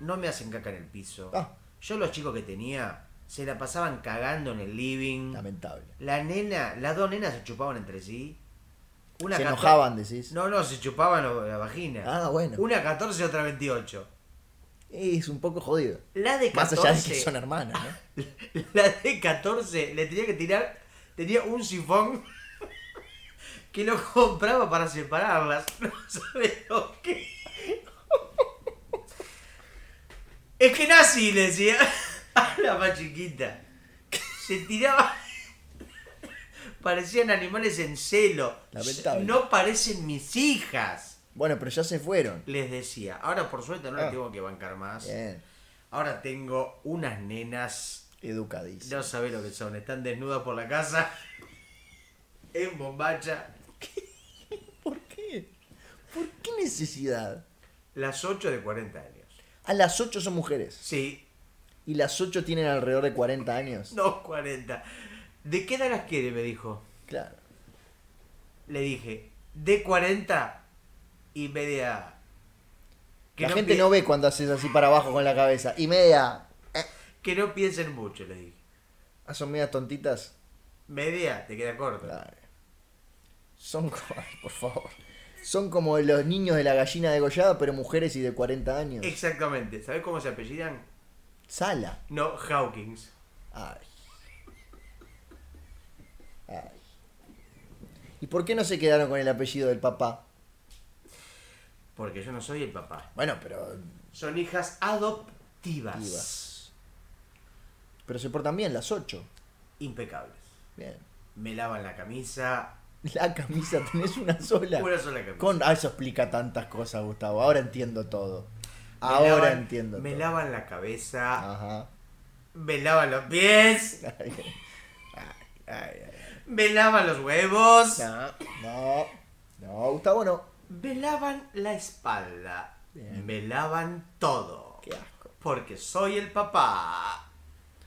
Speaker 1: no me hacen caca en el piso.
Speaker 2: Ah.
Speaker 1: Yo los chicos que tenía se la pasaban cagando en el living.
Speaker 2: Lamentable.
Speaker 1: La nena, las dos nenas se chupaban entre sí. Una
Speaker 2: Se
Speaker 1: 14
Speaker 2: enojaban, decís.
Speaker 1: No, no, se chupaban lo- la vagina.
Speaker 2: Ah, bueno.
Speaker 1: Una 14 y otra 28.
Speaker 2: Es un poco jodido.
Speaker 1: La de 14.
Speaker 2: Más allá de que son hermanas,
Speaker 1: [LAUGHS]
Speaker 2: ¿no?
Speaker 1: La de 14 le tenía que tirar. Tenía un sifón [LAUGHS] que lo compraba para separarlas. [LAUGHS] No sabe lo que. Es que nazi, le decía [LAUGHS] a la más chiquita. Se tiraba. [LAUGHS] Parecían animales en celo.
Speaker 2: Lamentable.
Speaker 1: No parecen mis hijas,
Speaker 2: Bueno, pero ya se fueron.
Speaker 1: les decía. Ahora, por suerte, no
Speaker 2: Ah.
Speaker 1: las tengo que bancar más.
Speaker 2: Bien.
Speaker 1: Ahora tengo unas nenas
Speaker 2: Educadísimo.
Speaker 1: no sabés lo que son, están desnudas por la casa, [LAUGHS] en bombacha.
Speaker 2: ¿Por qué? ¿Por qué necesidad?
Speaker 1: Las 8 de 40 años.
Speaker 2: A las 8 son mujeres.
Speaker 1: Sí,
Speaker 2: Y las 8 tienen alrededor de 40 años.
Speaker 1: no 40. ¿De qué edad las quiere? Me dijo.
Speaker 2: Claro.
Speaker 1: Le dije, de 40 y media.
Speaker 2: La gente
Speaker 1: pi-
Speaker 2: no ve cuando haces así para abajo con la cabeza. Y media. eh,
Speaker 1: Que no piensen mucho, le dije.
Speaker 2: ah, son medias tontitas.
Speaker 1: Media, te queda corto.
Speaker 2: Dale. Son como. [LAUGHS] ay, por favor. Son como los niños de la gallina degollada, pero mujeres y de 40 años.
Speaker 1: Exactamente. ¿Sabés cómo se apellidan?
Speaker 2: Sala.
Speaker 1: No, Hawkins.
Speaker 2: Ay. Ay. ¿Y por qué no se quedaron con el apellido del papá?
Speaker 1: Porque yo no soy el papá.
Speaker 2: Bueno, pero.
Speaker 1: Son hijas adoptivas.
Speaker 2: Adoptivas. Pero se portan bien, las ocho.
Speaker 1: Impecables.
Speaker 2: Bien.
Speaker 1: Me lavan la camisa.
Speaker 2: La camisa [LAUGHS] tenés una sola.
Speaker 1: Una sola camisa.
Speaker 2: Con, ah, eso explica tantas cosas, Gustavo. Ahora entiendo todo.
Speaker 1: Me
Speaker 2: Ahora
Speaker 1: lavan-
Speaker 2: entiendo
Speaker 1: Me
Speaker 2: todo.
Speaker 1: lavan la cabeza.
Speaker 2: Ajá.
Speaker 1: Me lavan los pies.
Speaker 2: [LAUGHS] Ay, ay, ay.
Speaker 1: Me lavan los huevos.
Speaker 2: No, no, no, Gustavo no.
Speaker 1: Me lavan la espalda.
Speaker 2: Bien.
Speaker 1: Me lavan todo.
Speaker 2: Qué asco.
Speaker 1: Porque soy el papá.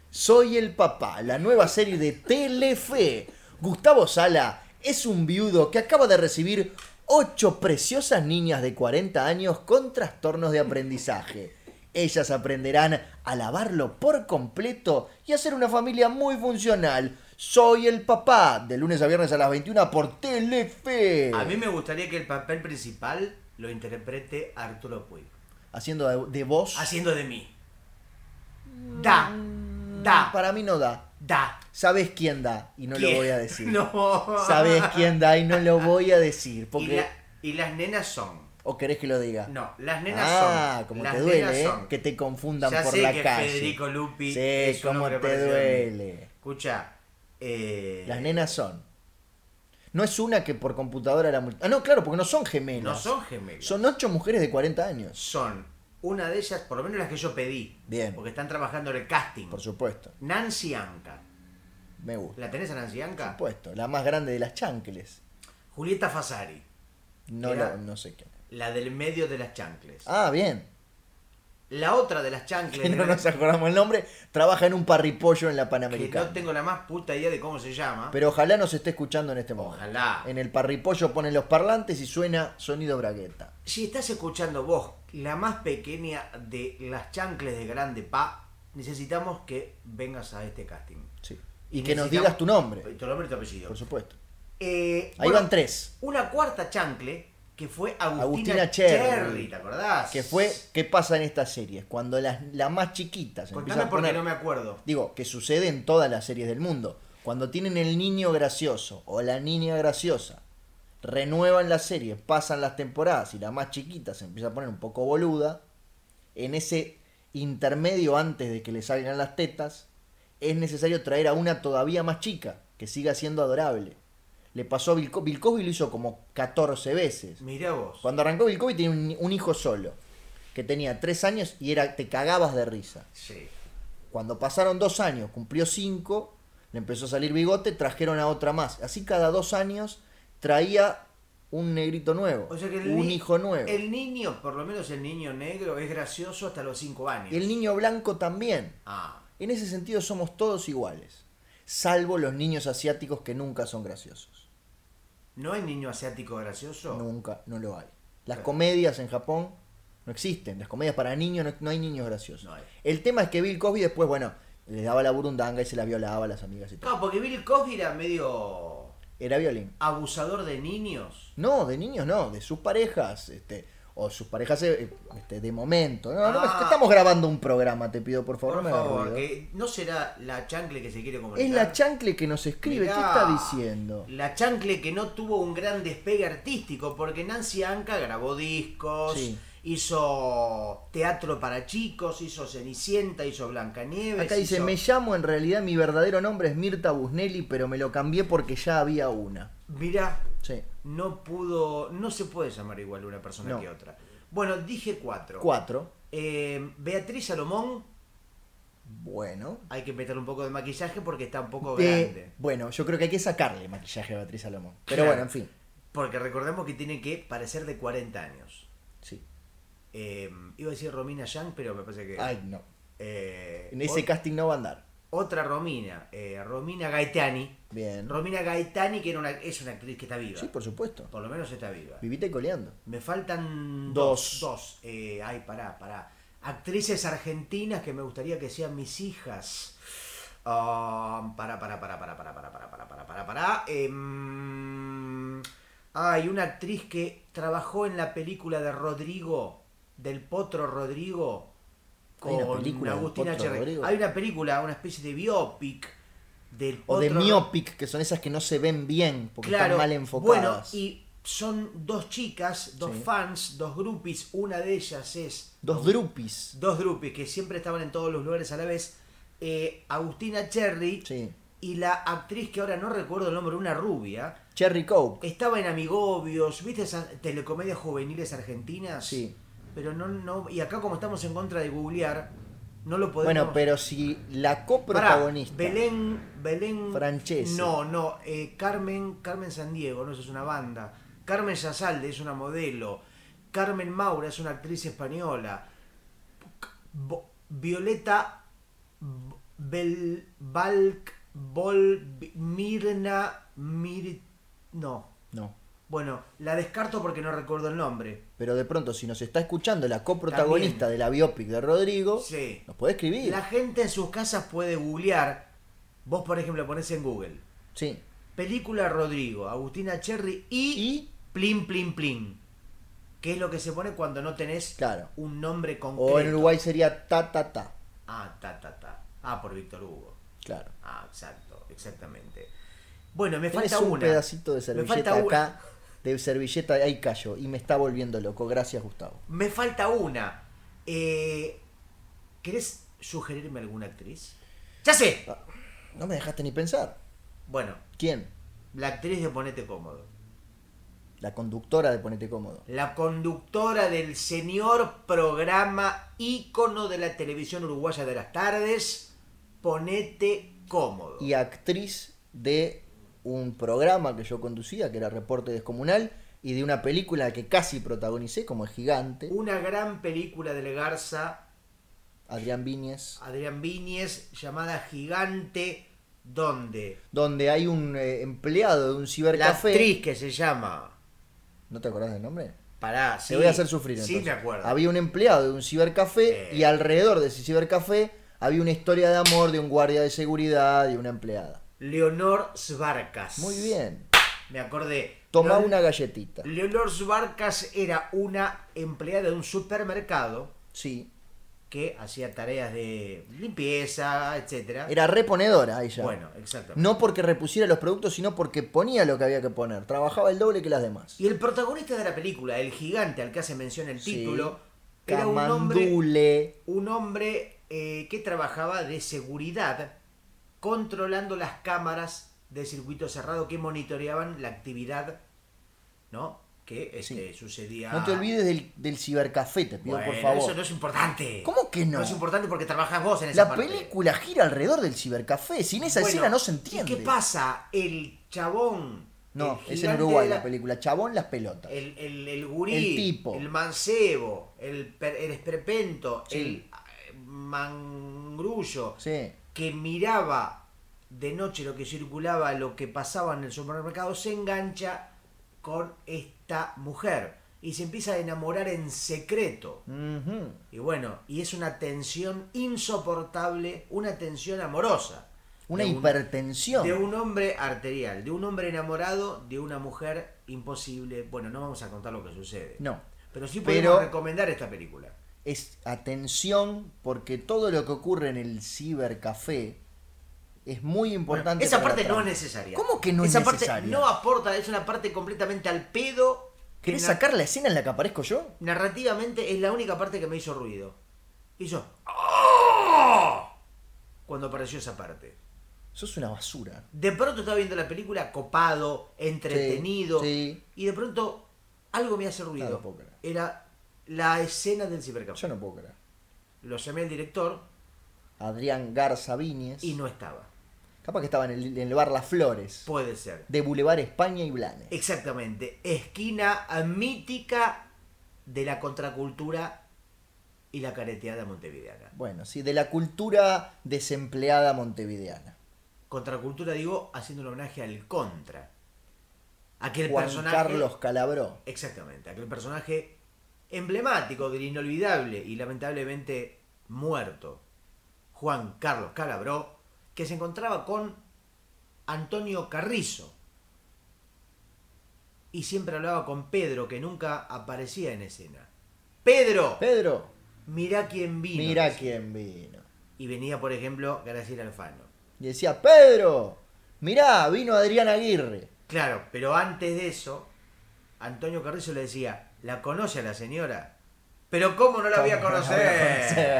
Speaker 2: Soy el papá, la nueva serie de Telefe. Gustavo Sala es un viudo que acaba de recibir ocho preciosas niñas de 40 años con trastornos de aprendizaje. Ellas aprenderán a lavarlo por completo y a ser una familia muy funcional. Soy el papá, de lunes a viernes a las 21 por Telefe.
Speaker 1: A mí me gustaría que el papel principal lo interprete Arturo Puig.
Speaker 2: Haciendo de, de voz.
Speaker 1: Haciendo de mí. Da. Da.
Speaker 2: Mm, Para mí no da.
Speaker 1: Da.
Speaker 2: Sabes quién da y no
Speaker 1: ¿Quién?
Speaker 2: lo voy a
Speaker 1: [LAUGHS]
Speaker 2: decir.
Speaker 1: No.
Speaker 2: Sabes quién da y no lo voy a decir.
Speaker 1: Y,
Speaker 2: Porque...
Speaker 1: la- y las nenas son.
Speaker 2: ¿O querés que lo diga?
Speaker 1: No, las nenas
Speaker 2: Ah,
Speaker 1: son.
Speaker 2: como
Speaker 1: las
Speaker 2: te
Speaker 1: nenas
Speaker 2: duele, ¿eh?
Speaker 1: son.
Speaker 2: Que te confundan
Speaker 1: Ya
Speaker 2: por
Speaker 1: sé
Speaker 2: la
Speaker 1: que
Speaker 2: calle.
Speaker 1: Federico Lupi
Speaker 2: Sí,
Speaker 1: es un
Speaker 2: cómo
Speaker 1: hombre
Speaker 2: te
Speaker 1: parecido a mí.
Speaker 2: duele.
Speaker 1: Escucha, eh,
Speaker 2: Las nenas son. No es una que por computadora era multi- Ah, no, claro, porque no son gemelas.
Speaker 1: no son gemelas. Son...
Speaker 2: Son ocho mujeres de 40 años.
Speaker 1: una de ellas, por lo menos las que yo pedí.
Speaker 2: Bien.
Speaker 1: Porque están trabajando en el casting.
Speaker 2: Por supuesto.
Speaker 1: Nancy Anca.
Speaker 2: Me gusta.
Speaker 1: ¿La tenés a Nancy
Speaker 2: Por
Speaker 1: Anca?
Speaker 2: supuesto. La más grande de las chancles.
Speaker 1: Julieta Fasari.
Speaker 2: No,
Speaker 1: Era-
Speaker 2: la- no sé quién.
Speaker 1: La del medio de las chancles.
Speaker 2: Ah, bien.
Speaker 1: La otra de las chancles.
Speaker 2: Que
Speaker 1: de
Speaker 2: [LAUGHS] no
Speaker 1: la-
Speaker 2: nos acordamos el nombre. Trabaja en un parripollo en la
Speaker 1: que
Speaker 2: Panamericana.
Speaker 1: no tengo la más puta idea de cómo se llama.
Speaker 2: Pero ojalá nos esté escuchando en este momento.
Speaker 1: Ojalá.
Speaker 2: En el parripollo ponen los parlantes y suena sonido bragueta.
Speaker 1: Si estás escuchando vos, la más pequeña de las chancles de grande pa, necesitamos que vengas a este casting.
Speaker 2: Sí. Y que nos
Speaker 1: necesitamos-
Speaker 2: digas tu nombre,
Speaker 1: Tu nombre y tu apellido.
Speaker 2: por supuesto.
Speaker 1: Eh,
Speaker 2: Ahí
Speaker 1: bueno,
Speaker 2: van tres.
Speaker 1: Una cuarta chancle que fue Agustina,
Speaker 2: Agustina
Speaker 1: Cherry,
Speaker 2: Cherry,
Speaker 1: ¿te acordás?
Speaker 2: Que fue, ¿qué pasa en estas series? Cuando las, las más chiquitas empiezan
Speaker 1: Contame
Speaker 2: a
Speaker 1: porque
Speaker 2: poner...
Speaker 1: no me acuerdo.
Speaker 2: Digo, que sucede en todas las series del mundo. Cuando tienen el niño gracioso o la niña graciosa, renuevan la serie, pasan las temporadas y la más chiquita se empieza a poner un poco boluda, en ese intermedio antes de que le salgan las tetas, es necesario traer a una todavía más chica, que siga siendo adorable. Le pasó a Bill, Co- Bill Cosby, lo hizo como 14 veces.
Speaker 1: Mirá vos.
Speaker 2: Cuando arrancó Bill Cosby tenía un, un hijo solo, que tenía 3 años y era te cagabas de risa.
Speaker 1: Sí.
Speaker 2: Cuando pasaron dos años, cumplió cinco, le empezó a salir bigote, trajeron a otra más. Así cada dos años traía un negrito nuevo,
Speaker 1: O sea que el
Speaker 2: un
Speaker 1: ni-
Speaker 2: hijo nuevo.
Speaker 1: El niño, por lo menos el niño negro, es gracioso hasta los 5 años.
Speaker 2: Y el niño blanco también.
Speaker 1: Ah,
Speaker 2: En ese sentido somos todos iguales, salvo los niños asiáticos que nunca son graciosos.
Speaker 1: ¿no hay niño asiático gracioso?
Speaker 2: Nunca, no lo hay. Las
Speaker 1: Claro.
Speaker 2: comedias en Japón no existen. Las comedias para niños no, no hay niños graciosos.
Speaker 1: No hay.
Speaker 2: El tema es que Bill Cosby después, bueno, les daba la burundanga y se la violaba a las amigas y todo.
Speaker 1: No, porque Bill Cosby era medio
Speaker 2: Era violín.
Speaker 1: abusador de niños.
Speaker 2: No, de niños no, de sus parejas, este, o sus parejas eh, este, de momento. No, no,
Speaker 1: Ah.
Speaker 2: es que estamos grabando un programa, te pido por favor,
Speaker 1: Por
Speaker 2: no me hagas
Speaker 1: favor,
Speaker 2: ruido.
Speaker 1: que no será la chancle que se quiere comunicar.
Speaker 2: Es la chancle que nos escribe, ¿qué
Speaker 1: Mirá,
Speaker 2: está diciendo?
Speaker 1: La chancle que no tuvo un gran despegue artístico, porque Nancy Anca grabó discos,
Speaker 2: Sí.
Speaker 1: hizo teatro para chicos, hizo Cenicienta, hizo Blancanieves.
Speaker 2: Acá dice,
Speaker 1: hizo-
Speaker 2: me llamo en realidad, mi verdadero nombre es Mirta Busnelli, pero me lo cambié porque ya había una.
Speaker 1: Mirá,
Speaker 2: Sí.
Speaker 1: no pudo, no se puede llamar igual una persona
Speaker 2: No.
Speaker 1: que otra. Bueno, dije cuatro.
Speaker 2: Cuatro.
Speaker 1: Eh, Beatriz Salomón,
Speaker 2: Bueno.
Speaker 1: hay que meter un poco de maquillaje porque está un poco
Speaker 2: Eh,
Speaker 1: grande.
Speaker 2: bueno, yo creo que hay que sacarle maquillaje a Beatriz Salomón. Pero
Speaker 1: Claro.
Speaker 2: bueno, en fin.
Speaker 1: Porque recordemos que tiene que parecer de 40 años.
Speaker 2: Sí.
Speaker 1: Eh, iba a decir Romina Yang, pero me parece que...
Speaker 2: Ay, no.
Speaker 1: eh,
Speaker 2: En ese
Speaker 1: ot-
Speaker 2: casting no va a andar.
Speaker 1: Otra Romina, eh, Romina Gaetani.
Speaker 2: Bien.
Speaker 1: Romina Gaetani, que era una- es una actriz que está viva.
Speaker 2: Sí, pues. por supuesto.
Speaker 1: Por lo menos está viva.
Speaker 2: Vivite coleando.
Speaker 1: Me faltan dos.
Speaker 2: Dos.
Speaker 1: dos. Eh, ay, pará, pará. Actrices argentinas que me gustaría que sean mis hijas. Ah, pará, pará, pará, pará, pará, pará, pará, pará, pará, pará, pará. Em, hay una actriz que trabajó en la película de Rodrigo, del Potro Rodrigo,
Speaker 2: Hay
Speaker 1: con
Speaker 2: una película del
Speaker 1: Agustina
Speaker 2: Potro
Speaker 1: Cherry.
Speaker 2: Rodrigo.
Speaker 1: Hay una película, una especie de biopic del
Speaker 2: O
Speaker 1: Potro
Speaker 2: de
Speaker 1: Ro-
Speaker 2: miopic, que son esas que no se ven bien porque están mal
Speaker 1: bueno,
Speaker 2: enfocadas.
Speaker 1: y son dos chicas, dos
Speaker 2: Sí.
Speaker 1: fans, dos groupies. Una de ellas es.
Speaker 2: Dos drupis.
Speaker 1: Dos groupies que siempre estaban en todos los lugares a la vez. eh, Agustina Cherry
Speaker 2: Sí.
Speaker 1: y la actriz que ahora no recuerdo el nombre, una rubia.
Speaker 2: Cherry Coke.
Speaker 1: Estaba en Amigobios, ¿viste esas telecomedias juveniles argentinas?
Speaker 2: Sí.
Speaker 1: Pero no, no. Y acá, como estamos en contra de googlear, no lo podemos.
Speaker 2: Bueno, pero si la
Speaker 1: Pará,
Speaker 2: coprotagonista.
Speaker 1: Belén, Belén.
Speaker 2: Francese.
Speaker 1: No, no. eh, Carmen, Carmen San Diego, no, eso es una banda. Carmen Yasalde es una modelo. Carmen Maura es una actriz española. Bo- Violeta B- Bel, Balk, Bol, B- Mirna, Mir, no.
Speaker 2: No.
Speaker 1: Bueno, la descarto porque no recuerdo el nombre.
Speaker 2: Pero de pronto, si nos está escuchando la coprotagonista
Speaker 1: También.
Speaker 2: de la biopic de Rodrigo,
Speaker 1: Sí.
Speaker 2: nos puede escribir.
Speaker 1: La gente en sus casas puede googlear. Vos, por ejemplo, ponés en Google.
Speaker 2: Sí.
Speaker 1: Película Rodrigo, Agustina Cherry y,
Speaker 2: Y-
Speaker 1: Plin Plin Plin. Que es lo que se pone cuando no tenés
Speaker 2: Claro.
Speaker 1: un nombre concreto.
Speaker 2: O en Uruguay sería ta ta ta.
Speaker 1: Ah, ta, ta, ta. Ah, por Víctor Hugo.
Speaker 2: Claro.
Speaker 1: Ah, exacto, exactamente. Bueno, me
Speaker 2: Tenés
Speaker 1: falta
Speaker 2: un
Speaker 1: una.
Speaker 2: pedacito de
Speaker 1: me
Speaker 2: servilleta
Speaker 1: falta una.
Speaker 2: acá. De servilleta, ahí callo. Y me está volviendo loco. Gracias, Gustavo.
Speaker 1: Me falta una. Eh, ¿Querés sugerirme alguna actriz? ¡Ya sé!
Speaker 2: Ah, No me dejaste ni pensar.
Speaker 1: Bueno,
Speaker 2: ¿Quién?
Speaker 1: la actriz de Ponete Cómodo.
Speaker 2: La conductora de Ponete Cómodo.
Speaker 1: la conductora del señor programa ícono de la televisión uruguaya de las tardes, Ponete Cómodo.
Speaker 2: y actriz de un programa que yo conducía, que era Reporte Descomunal, y de una película que casi protagonicé, como El Gigante,
Speaker 1: Una gran película del Garza,
Speaker 2: Adrián Viñez,
Speaker 1: Adrián Viñez, llamada Gigante, donde
Speaker 2: donde hay un eh, empleado de un
Speaker 1: la
Speaker 2: cibercafé.
Speaker 1: actriz que se llama...
Speaker 2: ¿No te acordás del nombre?
Speaker 1: Pará, sí.
Speaker 2: Te voy a hacer sufrir.
Speaker 1: Sí, me
Speaker 2: entonces.
Speaker 1: acuerdo.
Speaker 2: Había un empleado de un cibercafé
Speaker 1: Eh.
Speaker 2: y alrededor de ese cibercafé había una historia de amor de un guardia de seguridad y una empleada.
Speaker 1: Leonor Svarcas.
Speaker 2: Muy bien.
Speaker 1: Me acordé.
Speaker 2: Tomá
Speaker 1: Leon-
Speaker 2: una galletita.
Speaker 1: Leonor Svarcas era una empleada de un supermercado
Speaker 2: Sí.
Speaker 1: que hacía tareas de limpieza, etcétera.
Speaker 2: Era reponedora ella.
Speaker 1: Bueno, exactamente.
Speaker 2: No porque repusiera los productos, sino porque ponía lo que había que poner. Trabajaba el doble que las demás.
Speaker 1: Y el protagonista de la película, el gigante al que hace mención el
Speaker 2: Sí.
Speaker 1: título, era un hombre,
Speaker 2: Camandule.
Speaker 1: un hombre eh, que trabajaba de seguridad controlando las cámaras de circuito cerrado que monitoreaban la actividad, ¿no? Que este, sucedía.
Speaker 2: No te olvides del, del cibercafé, te pido
Speaker 1: Bueno,
Speaker 2: por favor.
Speaker 1: Eso no es importante.
Speaker 2: ¿Cómo que no?
Speaker 1: No es importante porque trabajas vos en esa
Speaker 2: La
Speaker 1: parte.
Speaker 2: película gira alrededor del cibercafé. Sin esa
Speaker 1: Bueno,
Speaker 2: escena no se
Speaker 1: ¿y
Speaker 2: entiende.
Speaker 1: ¿Qué pasa? El chabón.
Speaker 2: No,
Speaker 1: el
Speaker 2: es en
Speaker 1: gigante
Speaker 2: Uruguay
Speaker 1: de
Speaker 2: la película. Chabón, las pelotas.
Speaker 1: El, el, el gurí.
Speaker 2: El tipo.
Speaker 1: El mancebo. El, per- el esperpento.
Speaker 2: Sí.
Speaker 1: El eh, mangrullo.
Speaker 2: Sí.
Speaker 1: Que miraba de noche lo que circulaba, lo que pasaba en el supermercado, se engancha con esta mujer. Y se empieza a enamorar en secreto.
Speaker 2: Ujú.
Speaker 1: Y bueno, y es una tensión insoportable, una tensión amorosa.
Speaker 2: Una
Speaker 1: De un-
Speaker 2: hipertensión.
Speaker 1: De un hombre arterial, de un hombre enamorado, de una mujer imposible. Bueno, no vamos a contar lo que sucede.
Speaker 2: No.
Speaker 1: Pero sí
Speaker 2: Pero-
Speaker 1: podemos recomendar esta película.
Speaker 2: Es atención porque todo lo que ocurre en el cibercafé es muy importante.
Speaker 1: Esa
Speaker 2: para
Speaker 1: parte
Speaker 2: la
Speaker 1: no es
Speaker 2: trama.
Speaker 1: necesaria.
Speaker 2: ¿Cómo que no es
Speaker 1: Esa parte
Speaker 2: necesaria?
Speaker 1: no aporta, es una parte completamente al pedo. que
Speaker 2: ¿Querés
Speaker 1: na-
Speaker 2: sacar la escena en la que aparezco yo?
Speaker 1: Narrativamente es la única parte que me hizo ruido. Hizo. "¡Ah!" Cuando apareció esa parte.
Speaker 2: Sos una basura.
Speaker 1: De pronto estaba viendo la película copado, entretenido.
Speaker 2: sí.
Speaker 1: Y de pronto algo me hace
Speaker 2: No
Speaker 1: ruido.
Speaker 2: lo puedo creer.
Speaker 1: Era la escena del cibercafé.
Speaker 2: Yo no puedo creer.
Speaker 1: Lo llamé al director
Speaker 2: Adrián Garza Víñez.
Speaker 1: y no estaba.
Speaker 2: Capaz que estaba en el, en el bar Las Flores.
Speaker 1: Puede ser.
Speaker 2: De Boulevard España y
Speaker 1: Eh.
Speaker 2: Blanes.
Speaker 1: Exactamente. Esquina mítica de la contracultura y la careteada montevideana.
Speaker 2: Bueno, sí, de la cultura desempleada montevideana.
Speaker 1: Contracultura, digo, haciendo un homenaje al contra. Aquel
Speaker 2: Juan
Speaker 1: personaje.
Speaker 2: Carlos Calabró.
Speaker 1: Exactamente, aquel personaje emblemático del inolvidable y lamentablemente muerto, Juan Carlos Calabró, que se encontraba con Antonio Carrizo. Y siempre hablaba con Pedro, que nunca aparecía en escena. ¡Pedro!
Speaker 2: Pedro,
Speaker 1: Mirá quién vino.
Speaker 2: mira quién vino.
Speaker 1: Y venía, por ejemplo, Graciela Alfano.
Speaker 2: Y decía, Pedro, mirá, vino Adrián Aguirre.
Speaker 1: Claro, pero antes de eso, Antonio Carrizo le decía, ¿la conoce a la señora? Pero ¿cómo no la voy a
Speaker 2: ¿Cómo no la voy
Speaker 1: conocer?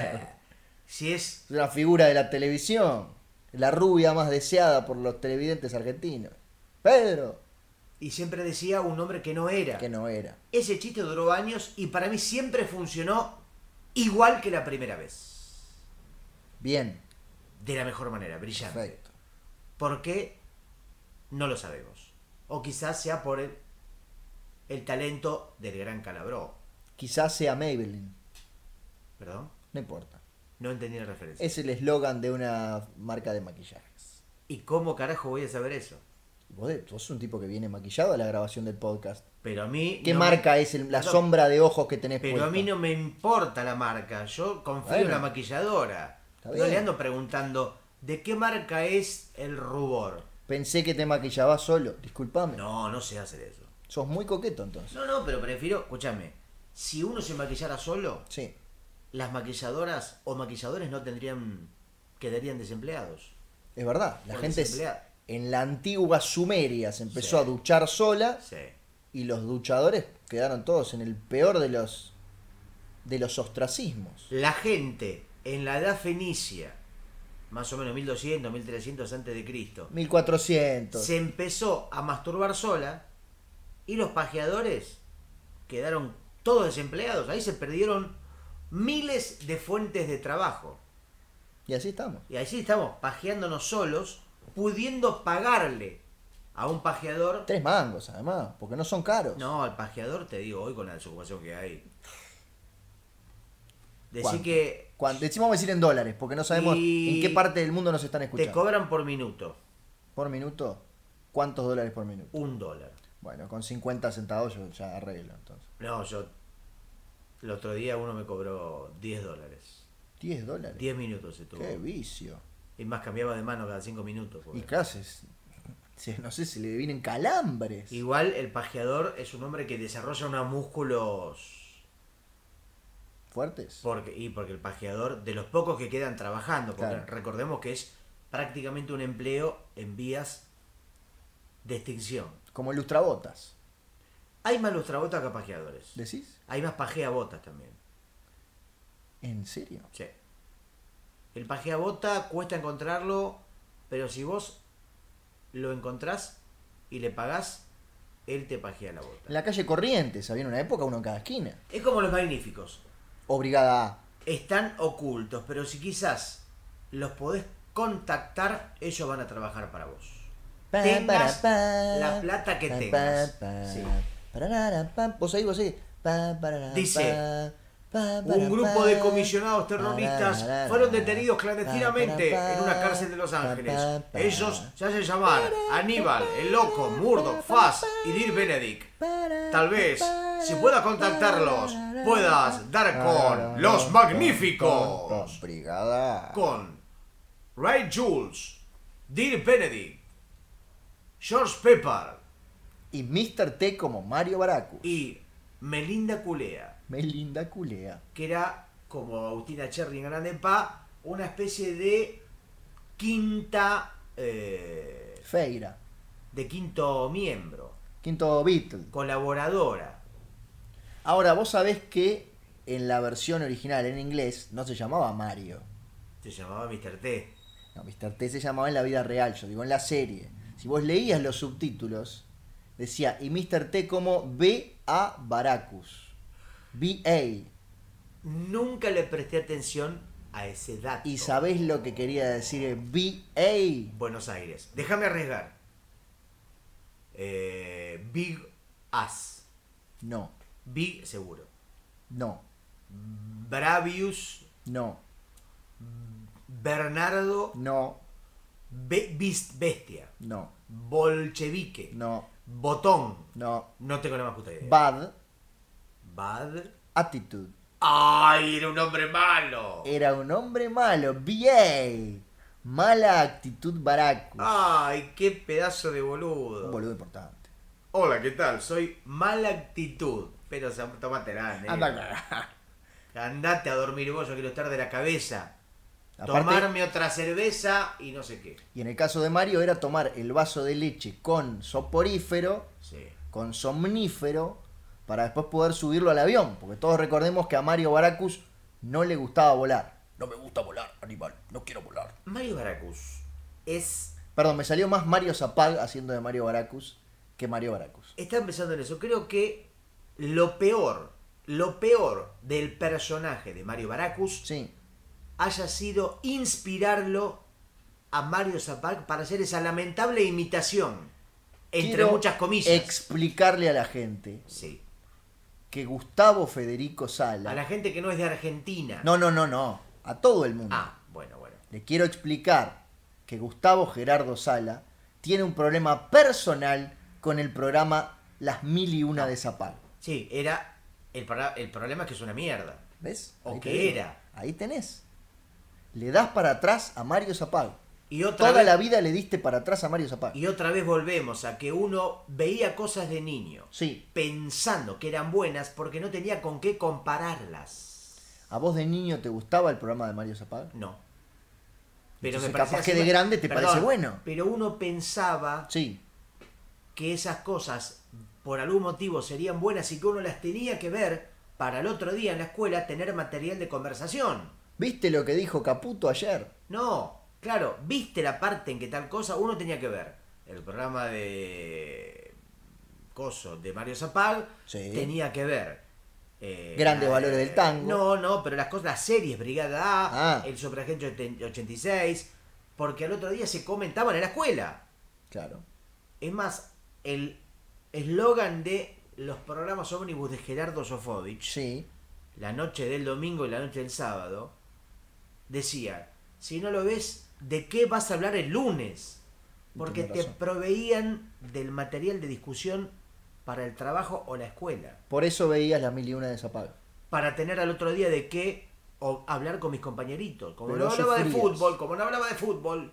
Speaker 2: a conocer?
Speaker 1: Si es
Speaker 2: Es una figura de la televisión. La rubia más deseada por los televidentes argentinos. Pedro,
Speaker 1: y siempre decía un nombre que no era.
Speaker 2: que no era.
Speaker 1: Ese chiste duró años y para mí siempre funcionó igual que la primera vez.
Speaker 2: Bien,
Speaker 1: De la mejor manera, brillante.
Speaker 2: perfecto.
Speaker 1: ¿Por qué? No lo sabemos. O quizás sea por el, el talento del gran Calabró.
Speaker 2: Quizás sea Maybelline,
Speaker 1: ¿Perdón?
Speaker 2: no importa.
Speaker 1: No entendí la referencia.
Speaker 2: Es el eslogan de una marca de maquillajes.
Speaker 1: ¿Y cómo carajo voy a saber eso?
Speaker 2: Vos, de- vos sos un tipo que viene maquillado a la grabación del podcast.
Speaker 1: Pero a mí...
Speaker 2: ¿Qué
Speaker 1: no me-
Speaker 2: marca es el- la
Speaker 1: Perdón,
Speaker 2: sombra de ojos que tenés
Speaker 1: Pero a
Speaker 2: puesta?
Speaker 1: mí no me importa la marca, yo confío
Speaker 2: Bueno.
Speaker 1: en la maquilladora.
Speaker 2: Está
Speaker 1: No
Speaker 2: bien.
Speaker 1: le ando preguntando de qué marca es el rubor.
Speaker 2: Pensé que te maquillabas solo, disculpame.
Speaker 1: No, no sé hacer eso.
Speaker 2: Sos muy coqueto entonces.
Speaker 1: No, no, pero prefiero, escúchame, si uno se maquillara solo,
Speaker 2: Sí.
Speaker 1: las maquilladoras o maquilladores no tendrían, quedarían desempleados.
Speaker 2: Es verdad, la
Speaker 1: Por
Speaker 2: gente es-
Speaker 1: desempleada.
Speaker 2: en la antigua Sumeria se empezó
Speaker 1: Sí.
Speaker 2: a duchar sola
Speaker 1: Sí.
Speaker 2: y los duchadores quedaron todos en el peor de los de los ostracismos.
Speaker 1: La gente en la edad fenicia, más o menos 1200, 1300 antes de Cristo,
Speaker 2: 1400.
Speaker 1: se empezó a masturbar sola y los pajeadores quedaron todos desempleados. Ahí se perdieron miles de fuentes de trabajo.
Speaker 2: Y así estamos.
Speaker 1: Y así estamos pajeándonos solos, pudiendo pagarle a un pajeador.
Speaker 2: Tres mangos además, porque no son caros.
Speaker 1: No, al pajeador te digo hoy con la desocupación que hay. Decir
Speaker 2: ¿Cuánto?
Speaker 1: que
Speaker 2: Cuando, encima vamos a decir en dólares, porque no sabemos
Speaker 1: Y-
Speaker 2: en qué parte del mundo nos están
Speaker 1: te
Speaker 2: escuchando.
Speaker 1: cobran por minuto
Speaker 2: por minuto, ¿cuántos dólares por minuto?
Speaker 1: un dólar.
Speaker 2: Bueno, con 50 centavos yo ya arreglo entonces.
Speaker 1: No, yo. El otro día uno me cobró 10 dólares.
Speaker 2: 10 dólares.
Speaker 1: 10 minutos se tuvo.
Speaker 2: Qué vicio.
Speaker 1: Y más cambiaba de mano cada 5 minutos. pobre.
Speaker 2: Y claro, se- se- no sé si le vienen calambres.
Speaker 1: Igual el pajeador es un hombre que desarrolla unos músculos.
Speaker 2: Fuertes.
Speaker 1: Porque, y porque el pajeador, de los pocos que quedan trabajando, porque
Speaker 2: Claro.
Speaker 1: recordemos que es prácticamente un empleo en vías de extinción.
Speaker 2: Como lustrabotas.
Speaker 1: Hay más lustrabotas que pajeadores.
Speaker 2: ¿Decís?
Speaker 1: Hay más pajeabotas también.
Speaker 2: ¿En serio?
Speaker 1: Sí. El pajeabota cuesta encontrarlo, pero si vos lo encontrás y le pagás, él te pajea la bota.
Speaker 2: En la calle Corrientes había en una época uno en cada esquina.
Speaker 1: Es como los magníficos.
Speaker 2: O Brigada A.
Speaker 1: Están ocultos, pero si quizás los podés contactar, ellos van a trabajar para vos.
Speaker 2: Pa,
Speaker 1: Tengas
Speaker 2: para, pa.
Speaker 1: la plata que
Speaker 2: Pa, pa,
Speaker 1: tengas.
Speaker 2: pa.
Speaker 1: Sí.
Speaker 2: Pararara, pa. Vos ahí, vos ahí. Pa, pararara,
Speaker 1: Dice,
Speaker 2: pa. Pa, para,
Speaker 1: Un grupo de
Speaker 2: pa.
Speaker 1: comisionados terroristas
Speaker 2: Pararara,
Speaker 1: fueron detenidos
Speaker 2: pa, para,
Speaker 1: clandestinamente
Speaker 2: pa.
Speaker 1: en una cárcel de Los
Speaker 2: Pa, pa,
Speaker 1: Ángeles.
Speaker 2: pa.
Speaker 1: Ellos se hacen llamar Aníbal, el loco, Murdoch, Faz y Dir Benedict. Tal vez, si pueda contactarlos, puedas dar con los magníficos.
Speaker 2: Brigada.
Speaker 1: Con Ray Jules, Dear Benedict, George Pepper
Speaker 2: Y Mr. T como Mario Baracu.
Speaker 1: y Melinda Culea,
Speaker 2: Melinda Culea.
Speaker 1: que era, como Agustina Cherry en Grande Pa, una especie de quinta. eh,
Speaker 2: Feira.
Speaker 1: de quinto miembro,
Speaker 2: Quinto Beatle.
Speaker 1: colaboradora.
Speaker 2: Ahora, vos sabés que en la versión original en inglés no se llamaba Mario.
Speaker 1: Se llamaba Mr. T.
Speaker 2: No, Mr. T se llamaba en la vida real, yo digo en la serie. Si vos leías los subtítulos, decía y Mr. T como B.A. Baracus. B.A.
Speaker 1: Nunca le presté atención a ese dato.
Speaker 2: ¿Y sabés lo que quería decir B.A.?
Speaker 1: Buenos Aires. Déjame arriesgar. Eh, Big As.
Speaker 2: No,
Speaker 1: Big seguro.
Speaker 2: no,
Speaker 1: Bravius.
Speaker 2: no,
Speaker 1: Bernardo.
Speaker 2: no,
Speaker 1: Be- Best- bestia.
Speaker 2: no,
Speaker 1: Bolchevique.
Speaker 2: no,
Speaker 1: Botón.
Speaker 2: no.
Speaker 1: No tengo la más puta idea.
Speaker 2: Bad
Speaker 1: Bad.
Speaker 2: attitude.
Speaker 1: ¡Ay! Era un hombre malo.
Speaker 2: Era un hombre malo. B.A. Mala actitud Baracus.
Speaker 1: ¡Ay! ¡Qué pedazo de boludo!
Speaker 2: Un boludo importante.
Speaker 1: Hola, ¿qué tal? Soy mala actitud. Pero Sam, tómate nada,
Speaker 2: Ah,
Speaker 1: negro. Andate a dormir vos, yo quiero estar de la cabeza.
Speaker 2: Aparte,
Speaker 1: Tomarme otra cerveza y no sé qué.
Speaker 2: [LAUGHS] y en el caso de Mario era tomar el vaso de leche con soporífero,
Speaker 1: Sí.
Speaker 2: con somnífero, para después poder subirlo al avión. Porque todos recordemos que a Mario Baracus no le gustaba volar. No me gusta volar, animal. No quiero volar.
Speaker 1: Mario Baracus es,
Speaker 2: Perdón, me salió más Mario Zapag haciendo de Mario Baracus que Mario Baracus.
Speaker 1: está empezando en eso. Creo que lo peor, lo peor del personaje de Mario Baracus
Speaker 2: Sí,
Speaker 1: haya sido inspirarlo a Mario Zapac para hacer esa lamentable imitación. Entre
Speaker 2: Quiero
Speaker 1: muchas comillas.
Speaker 2: Explicarle a la gente
Speaker 1: Sí.
Speaker 2: que Gustavo Federico
Speaker 1: A la
Speaker 2: Sala.
Speaker 1: gente que no es de Argentina.
Speaker 2: No, no, no, no. A todo el mundo.
Speaker 1: Ah, bueno, bueno.
Speaker 2: Le quiero explicar que Gustavo Gerardo Sala tiene un problema personal con el programa Las Mil y Una de Zapal.
Speaker 1: Sí, era. El, pro- el problema es que es una mierda.
Speaker 2: ¿Ves?
Speaker 1: ¿O
Speaker 2: Ahí te
Speaker 1: qué
Speaker 2: digo.
Speaker 1: era?
Speaker 2: Ahí tenés. Le das para atrás a Mario Zapal.
Speaker 1: Y otra,
Speaker 2: Toda
Speaker 1: vez,
Speaker 2: la vida le diste para atrás a Mario Zapal.
Speaker 1: y otra vez volvemos a que uno veía cosas de niño
Speaker 2: Sí,
Speaker 1: pensando que eran buenas porque no tenía con qué compararlas.
Speaker 2: ¿a vos de niño te gustaba el programa de Mario Zapal?
Speaker 1: No.
Speaker 2: Entonces,
Speaker 1: parecía
Speaker 2: capaz que
Speaker 1: así-
Speaker 2: de grande te parece bueno.
Speaker 1: Pero uno pensaba
Speaker 2: Sí,
Speaker 1: que esas cosas por algún motivo serían buenas y que uno las tenía que ver para el otro día en la escuela tener material de conversación.
Speaker 2: ¿Viste lo que dijo Caputo ayer?
Speaker 1: No, claro, viste la parte en que tal cosa uno tenía que ver. El programa de Coso de Mario Zapal
Speaker 2: Sí.
Speaker 1: tenía que ver. eh,
Speaker 2: Grandes valores del tango.
Speaker 1: No, no, pero las cosas, las series, Brigada A,
Speaker 2: Ah.
Speaker 1: el Superagente 86, porque al otro día se comentaban en la escuela.
Speaker 2: Claro.
Speaker 1: Es más, el eslogan de los programas ómnibus de Gerardo Sofovich
Speaker 2: Sí,
Speaker 1: la noche del domingo y la noche del sábado, decía, si no lo ves, ¿de qué vas a hablar el lunes? Porque
Speaker 2: Tenés
Speaker 1: te
Speaker 2: razón.
Speaker 1: proveían del material de discusión para el trabajo o la escuela.
Speaker 2: Por eso veías las mil y una de Zapag.
Speaker 1: Para tener al otro día de qué o hablar con mis compañeritos. Como
Speaker 2: Pero
Speaker 1: no
Speaker 2: yo
Speaker 1: hablaba de
Speaker 2: frías.
Speaker 1: fútbol, como no hablaba de fútbol.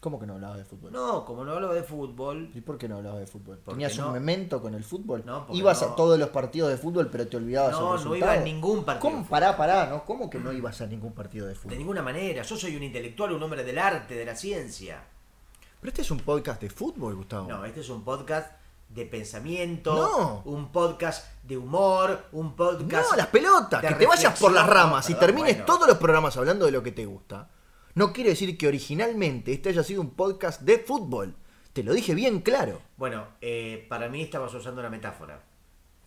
Speaker 2: ¿Cómo que no hablabas de fútbol?
Speaker 1: No, como no hablaba de fútbol.
Speaker 2: ¿Y por qué no hablabas de fútbol?
Speaker 1: Porque
Speaker 2: ¿Tenías
Speaker 1: no.
Speaker 2: un memento con el fútbol?
Speaker 1: No, porque
Speaker 2: ¿Ibas
Speaker 1: no.
Speaker 2: a todos los partidos de fútbol pero te olvidabas
Speaker 1: No,
Speaker 2: el
Speaker 1: no
Speaker 2: resultado?
Speaker 1: iba a ningún partido de
Speaker 2: ¿Cómo?
Speaker 1: fútbol.
Speaker 2: Pará, pará, ¿no? ¿Cómo que no ibas a ningún partido de
Speaker 1: De
Speaker 2: fútbol?
Speaker 1: ninguna manera. Yo soy un intelectual, un hombre del arte, de la ciencia.
Speaker 2: Pero este es un podcast de fútbol, Gustavo.
Speaker 1: No, este es un podcast de pensamiento,
Speaker 2: No.
Speaker 1: un podcast de humor, un podcast...
Speaker 2: No, las pelotas,
Speaker 1: de
Speaker 2: que te vayas por las
Speaker 1: reflexión.
Speaker 2: ramas y
Speaker 1: Perdón,
Speaker 2: termines
Speaker 1: bueno.
Speaker 2: todos los programas hablando de lo que te gusta. No quiere decir que originalmente este haya sido un podcast de fútbol. Te lo dije bien claro.
Speaker 1: Bueno, eh, para mí estabas usando una metáfora.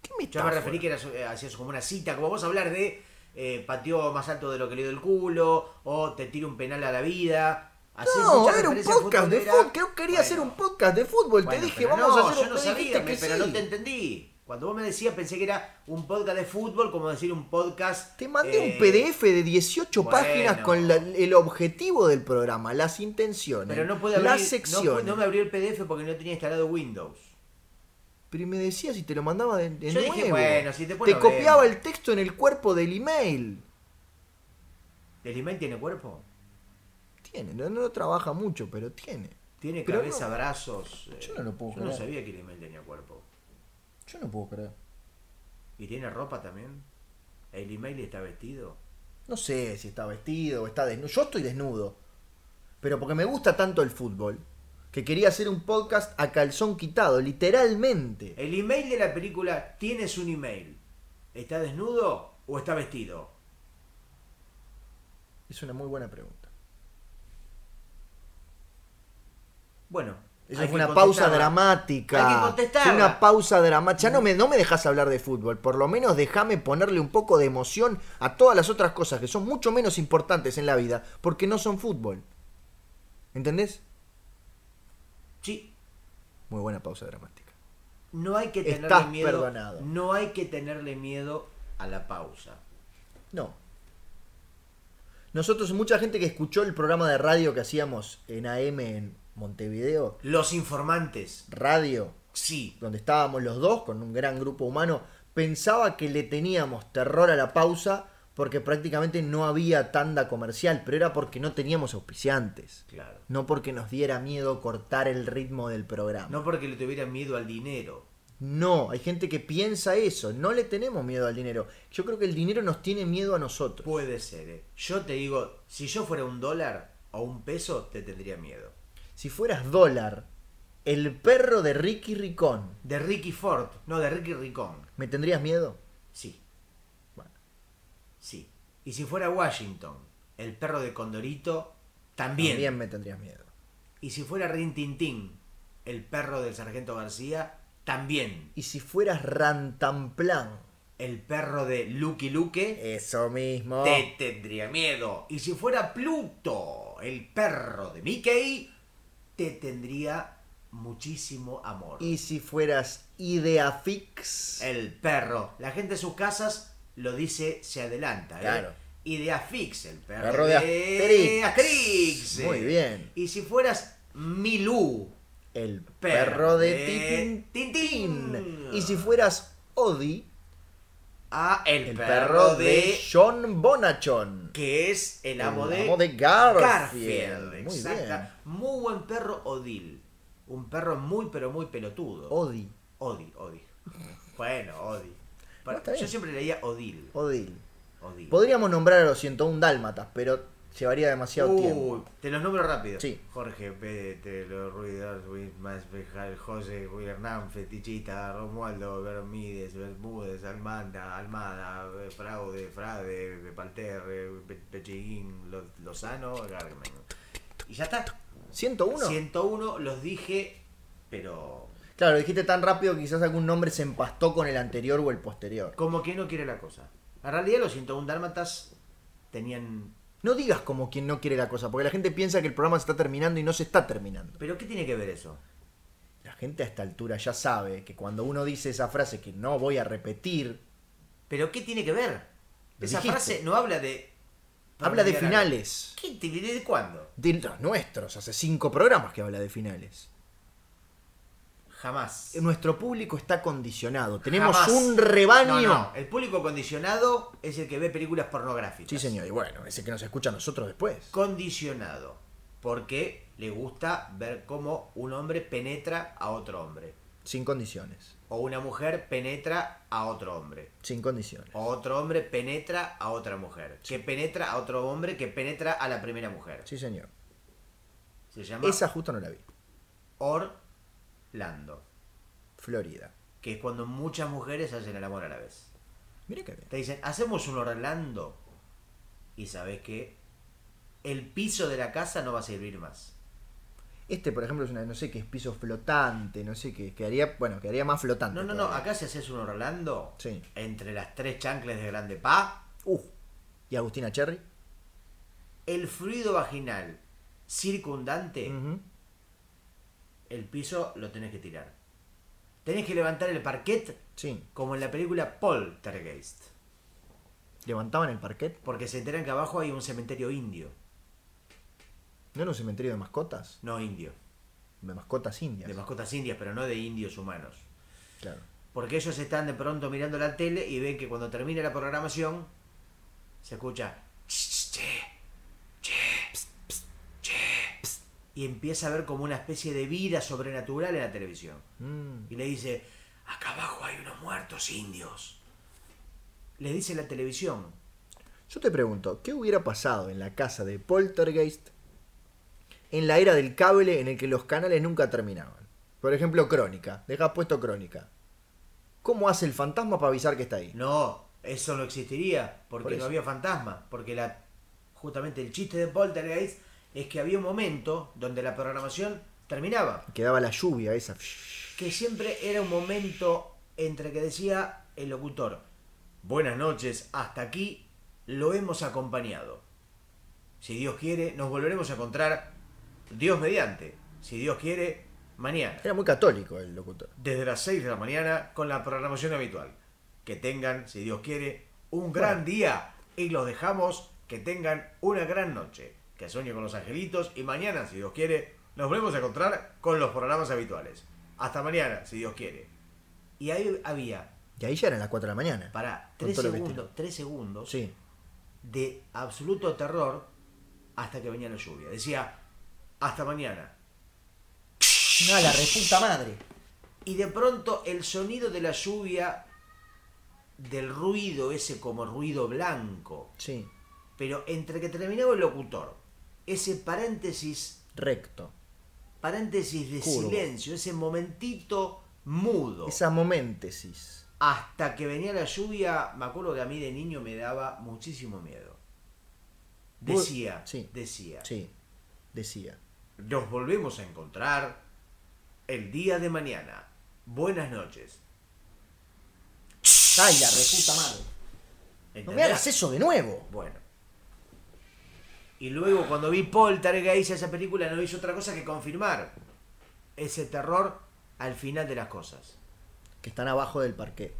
Speaker 2: ¿Qué
Speaker 1: Yo me
Speaker 2: metáfora?
Speaker 1: referí que eras, eh, hacías como una cita, como vos hablar de eh, pateó más alto de lo que le dio el culo, o te tiro un penal a la vida. Hacés
Speaker 2: No,
Speaker 1: muchas
Speaker 2: era un
Speaker 1: referencias
Speaker 2: podcast de
Speaker 1: futboleras.
Speaker 2: fútbol. Yo quería
Speaker 1: Bueno,
Speaker 2: hacer un podcast de fútbol.
Speaker 1: bueno,
Speaker 2: te dije,
Speaker 1: pero
Speaker 2: vamos
Speaker 1: no,
Speaker 2: a hacer
Speaker 1: Yo
Speaker 2: un
Speaker 1: no
Speaker 2: podcast.
Speaker 1: sabía, me- pero no te entendí. Cuando vos me decías, pensé que era un podcast de fútbol, como decir un podcast.
Speaker 2: Te mandé
Speaker 1: eh,
Speaker 2: un PDF de 18
Speaker 1: bueno.
Speaker 2: páginas con la- el objetivo del programa, las intenciones,
Speaker 1: Pero no pude abrir.
Speaker 2: las
Speaker 1: no,
Speaker 2: secciones.
Speaker 1: pu- no me abrió el PDF porque no tenía instalado Windows.
Speaker 2: Pero me decías si te lo mandaba de, de
Speaker 1: Yo
Speaker 2: nuevo.
Speaker 1: dije, bueno, si después
Speaker 2: te
Speaker 1: lo
Speaker 2: copiaba
Speaker 1: vemos.
Speaker 2: el texto en el cuerpo del email.
Speaker 1: ¿El email tiene cuerpo?
Speaker 2: Tiene, no, no trabaja mucho, pero tiene.
Speaker 1: ¿Tiene
Speaker 2: Pero
Speaker 1: cabeza,
Speaker 2: no.
Speaker 1: brazos? eh,
Speaker 2: Yo no lo puedo
Speaker 1: Yo no
Speaker 2: creer.
Speaker 1: sabía que el email tenía cuerpo.
Speaker 2: Yo no puedo creer.
Speaker 1: ¿Y tiene ropa también? ¿El email está vestido?
Speaker 2: No sé si está vestido o está desnudo. Yo estoy desnudo. Pero porque me gusta tanto el fútbol, que quería hacer un podcast a calzón quitado, literalmente.
Speaker 1: ¿El email de la película Tienes un email? ¿Está desnudo o está vestido?
Speaker 2: Es una muy buena pregunta.
Speaker 1: Bueno.
Speaker 2: Esa
Speaker 1: hay
Speaker 2: fue
Speaker 1: que
Speaker 2: una pausa
Speaker 1: contestarla.
Speaker 2: dramática.
Speaker 1: Hay que contestarla.
Speaker 2: Fue una pausa dramática. Ya no me, no me dejas hablar de fútbol. Por lo menos déjame ponerle un poco de emoción a todas las otras cosas que son mucho menos importantes en la vida porque no son fútbol. ¿Entendés?
Speaker 1: Sí,
Speaker 2: Muy buena pausa dramática.
Speaker 1: no hay que tenerle
Speaker 2: Estás
Speaker 1: miedo.
Speaker 2: perdonado.
Speaker 1: No hay que tenerle miedo a la pausa.
Speaker 2: No. Nosotros, mucha gente que escuchó el programa de radio que hacíamos en AM en Montevideo,
Speaker 1: Los informantes,
Speaker 2: radio,
Speaker 1: sí.
Speaker 2: donde estábamos los dos con un gran grupo humano, pensaba que le teníamos terror a la pausa porque prácticamente no había tanda comercial, pero era porque no teníamos auspiciantes,
Speaker 1: Claro.
Speaker 2: no porque nos diera miedo cortar el ritmo del programa.
Speaker 1: No porque le tuvieran miedo al dinero.
Speaker 2: No, hay gente que piensa eso, no le tenemos miedo al dinero. Yo creo que el dinero nos tiene miedo a nosotros.
Speaker 1: Puede ser, ¿eh? Yo te digo, si yo fuera un dólar o un peso, te tendría miedo.
Speaker 2: Si fueras dólar, el perro de Ricky Ricón,
Speaker 1: De Ricky Ford, no, de Ricky Ricón.
Speaker 2: ¿me tendrías miedo?
Speaker 1: Sí,
Speaker 2: Bueno,
Speaker 1: sí. Y si fuera Washington, el perro de Condorito, también.
Speaker 2: también me tendrías miedo.
Speaker 1: Y si fuera Rin Tin Tin, el perro del sargento García, también.
Speaker 2: Y si fueras Rantanplan,
Speaker 1: El perro de Lucky Luke,
Speaker 2: eso mismo.
Speaker 1: te tendría miedo. Y si fuera Pluto, el perro de Mickey, te tendría muchísimo amor.
Speaker 2: Y si fueras Ideafix,
Speaker 1: El perro. La gente en sus casas lo dice, se adelanta. ¿eh?
Speaker 2: Claro.
Speaker 1: Y de Afix, el perro.
Speaker 2: Perro de Asterix.
Speaker 1: Asterix. ¿eh?
Speaker 2: Muy bien.
Speaker 1: Y si fueras Milú,
Speaker 2: el
Speaker 1: perro
Speaker 2: perro
Speaker 1: de
Speaker 2: de
Speaker 1: Tintín.
Speaker 2: Tintín. Y si fueras Odi,
Speaker 1: a ah, el,
Speaker 2: el
Speaker 1: perro, de...
Speaker 2: John Bonachon.
Speaker 1: que es el amo de...
Speaker 2: Garfield. Muy bien.
Speaker 1: exacta. Muy buen perro Odil. Un perro muy, pero muy pelotudo.
Speaker 2: Odi,
Speaker 1: Odi, Odi. [LAUGHS] Bueno, Odi. Para-
Speaker 2: está
Speaker 1: yo
Speaker 2: bien.
Speaker 1: siempre leía Odil.
Speaker 2: Odil.
Speaker 1: Odil.
Speaker 2: Podríamos nombrar a los 101 dálmatas, pero llevaría demasiado tiempo.
Speaker 1: Uy, te los nombro rápido.
Speaker 2: Sí.
Speaker 1: Jorge, Pedro, Ruidor, Luis Masvejal, José, Luis Hernán, Fetichita, Romualdo, Bermúdez, Bermúdez, Almanda, Almada, eh, Fraude, Frade, Palter, eh, Pe- Pechiguín, Lo- Lozano, Garmen. Y ya está.
Speaker 2: ¿101?
Speaker 1: 101 los dije, pero
Speaker 2: Claro, lo dijiste tan rápido que quizás algún nombre se empastó con el anterior o el posterior.
Speaker 1: como que no quiere la cosa. En realidad los 101 dálmatas tenían...
Speaker 2: No digas como quien no quiere la cosa, porque la gente piensa que el programa se está terminando y no se está terminando.
Speaker 1: ¿Pero qué tiene que ver eso?
Speaker 2: La gente a esta altura ya sabe que cuando uno dice esa frase que no voy a repetir,
Speaker 1: ¿Pero qué tiene que ver?
Speaker 2: Lo
Speaker 1: Esa
Speaker 2: dijiste.
Speaker 1: frase no habla de.
Speaker 2: habla de
Speaker 1: Mira,
Speaker 2: finales.
Speaker 1: ¿Qué te de cuándo?
Speaker 2: De los nuestros, hace cinco programas que habla de finales.
Speaker 1: Jamás.
Speaker 2: Nuestro público está condicionado. Eh, Tenemos
Speaker 1: Jamás.
Speaker 2: un
Speaker 1: No,
Speaker 2: rebaño.
Speaker 1: no, El público condicionado es el que ve películas pornográficas.
Speaker 2: Sí, señor. Y bueno, ese que nos escucha a nosotros después.
Speaker 1: Condicionado. Porque le gusta ver cómo un hombre penetra a otro hombre.
Speaker 2: Sin condiciones.
Speaker 1: O una mujer penetra a otro hombre.
Speaker 2: Sin condiciones.
Speaker 1: O otro hombre penetra a otra mujer. Que penetra a otro hombre que penetra a la primera mujer.
Speaker 2: Sí, señor.
Speaker 1: Se llama
Speaker 2: Esa justo no la vi.
Speaker 1: Orlando.
Speaker 2: Florida.
Speaker 1: Que es cuando muchas mujeres hacen el amor a la vez.
Speaker 2: Mira qué bien.
Speaker 1: Te dicen, hacemos un Orlando. Y sabes que el piso de la casa no va a servir más.
Speaker 2: Este, por ejemplo, es una, no sé qué es piso flotante, no sé qué. Quedaría, bueno, quedaría más flotante.
Speaker 1: No, no, no.
Speaker 2: todavía.
Speaker 1: Acá si haces un Orlando,
Speaker 2: Sí.
Speaker 1: entre las tres chancles de Grande Pa,
Speaker 2: Uh. ¿Y Agustina Cherry?
Speaker 1: el fluido vaginal circundante,
Speaker 2: Ujú.
Speaker 1: el piso lo tenés que tirar. Tenés que levantar el parquet
Speaker 2: Sí.
Speaker 1: como en la película Poltergeist.
Speaker 2: ¿Levantaban el parquet?
Speaker 1: Porque se enteran que abajo hay un cementerio indio.
Speaker 2: ¿No era un cementerio de mascotas?
Speaker 1: No indio.
Speaker 2: De mascotas indias.
Speaker 1: De mascotas indias, pero no de indios humanos.
Speaker 2: claro.
Speaker 1: Porque ellos están de pronto mirando la tele y ven que cuando termina la programación se escucha "Ch, ch, che, che, ps, ps, che, ps", y empieza a ver como una especie de vida sobrenatural en la televisión.
Speaker 2: Mm.
Speaker 1: Y le dice, acá abajo hay unos muertos indios. Le dice la televisión,
Speaker 2: Yo te pregunto, ¿qué hubiera pasado en la casa de Poltergeist en la era del cable en el que los canales nunca terminaban? Por ejemplo, Crónica. Dejas puesto Crónica. ¿Cómo hace el fantasma para avisar que está ahí?
Speaker 1: No, eso no existiría, porque
Speaker 2: Por
Speaker 1: no
Speaker 2: eso.
Speaker 1: había fantasma, porque la justamente el chiste de Poltergeist es que había un momento donde la programación terminaba,
Speaker 2: Quedaba la lluvia esa.
Speaker 1: que siempre era un momento entre que decía el locutor, buenas noches, hasta aquí lo hemos acompañado. Si Dios quiere, nos volveremos a encontrar, Dios mediante, si Dios quiere, mañana,
Speaker 2: Era muy católico el locutor.
Speaker 1: desde las 6 de la mañana con la programación habitual. Que tengan, si Dios quiere, un gran día y los dejamos que tengan una gran noche. Que sueñen con los angelitos y mañana, si Dios quiere, nos volvemos a encontrar con los programas habituales. Hasta mañana, si Dios quiere. Y ahí había,
Speaker 2: Y ahí ya eran las 4 de la mañana.
Speaker 1: para
Speaker 2: Con
Speaker 1: 3
Speaker 2: todo el
Speaker 1: segundos, tres segundos
Speaker 2: Sí.
Speaker 1: de absoluto terror hasta que venía la lluvia. Decía, hasta mañana.
Speaker 2: No, la reputa madre.
Speaker 1: Y de pronto el sonido de la lluvia, del ruido ese como ruido blanco,
Speaker 2: Sí.
Speaker 1: pero entre que terminaba el locutor, ese paréntesis,
Speaker 2: Recto.
Speaker 1: paréntesis de
Speaker 2: Curvo.
Speaker 1: silencio, ese momentito mudo,
Speaker 2: Esa momentesis.
Speaker 1: hasta que venía la lluvia, me acuerdo que a mí de niño me daba muchísimo miedo.
Speaker 2: Vos-
Speaker 1: Decía,
Speaker 2: sí.
Speaker 1: decía,
Speaker 2: Sí. Decía.
Speaker 1: nos volvemos a encontrar el día de mañana. Buenas noches.
Speaker 2: Ay, la reputa madre. No me
Speaker 1: ¿Entendés?
Speaker 2: hagas eso de nuevo.
Speaker 1: Bueno. Y luego cuando vi Poltergeist, esa película no hizo otra cosa que confirmar ese terror al final de las cosas.
Speaker 2: Que están abajo del parquet.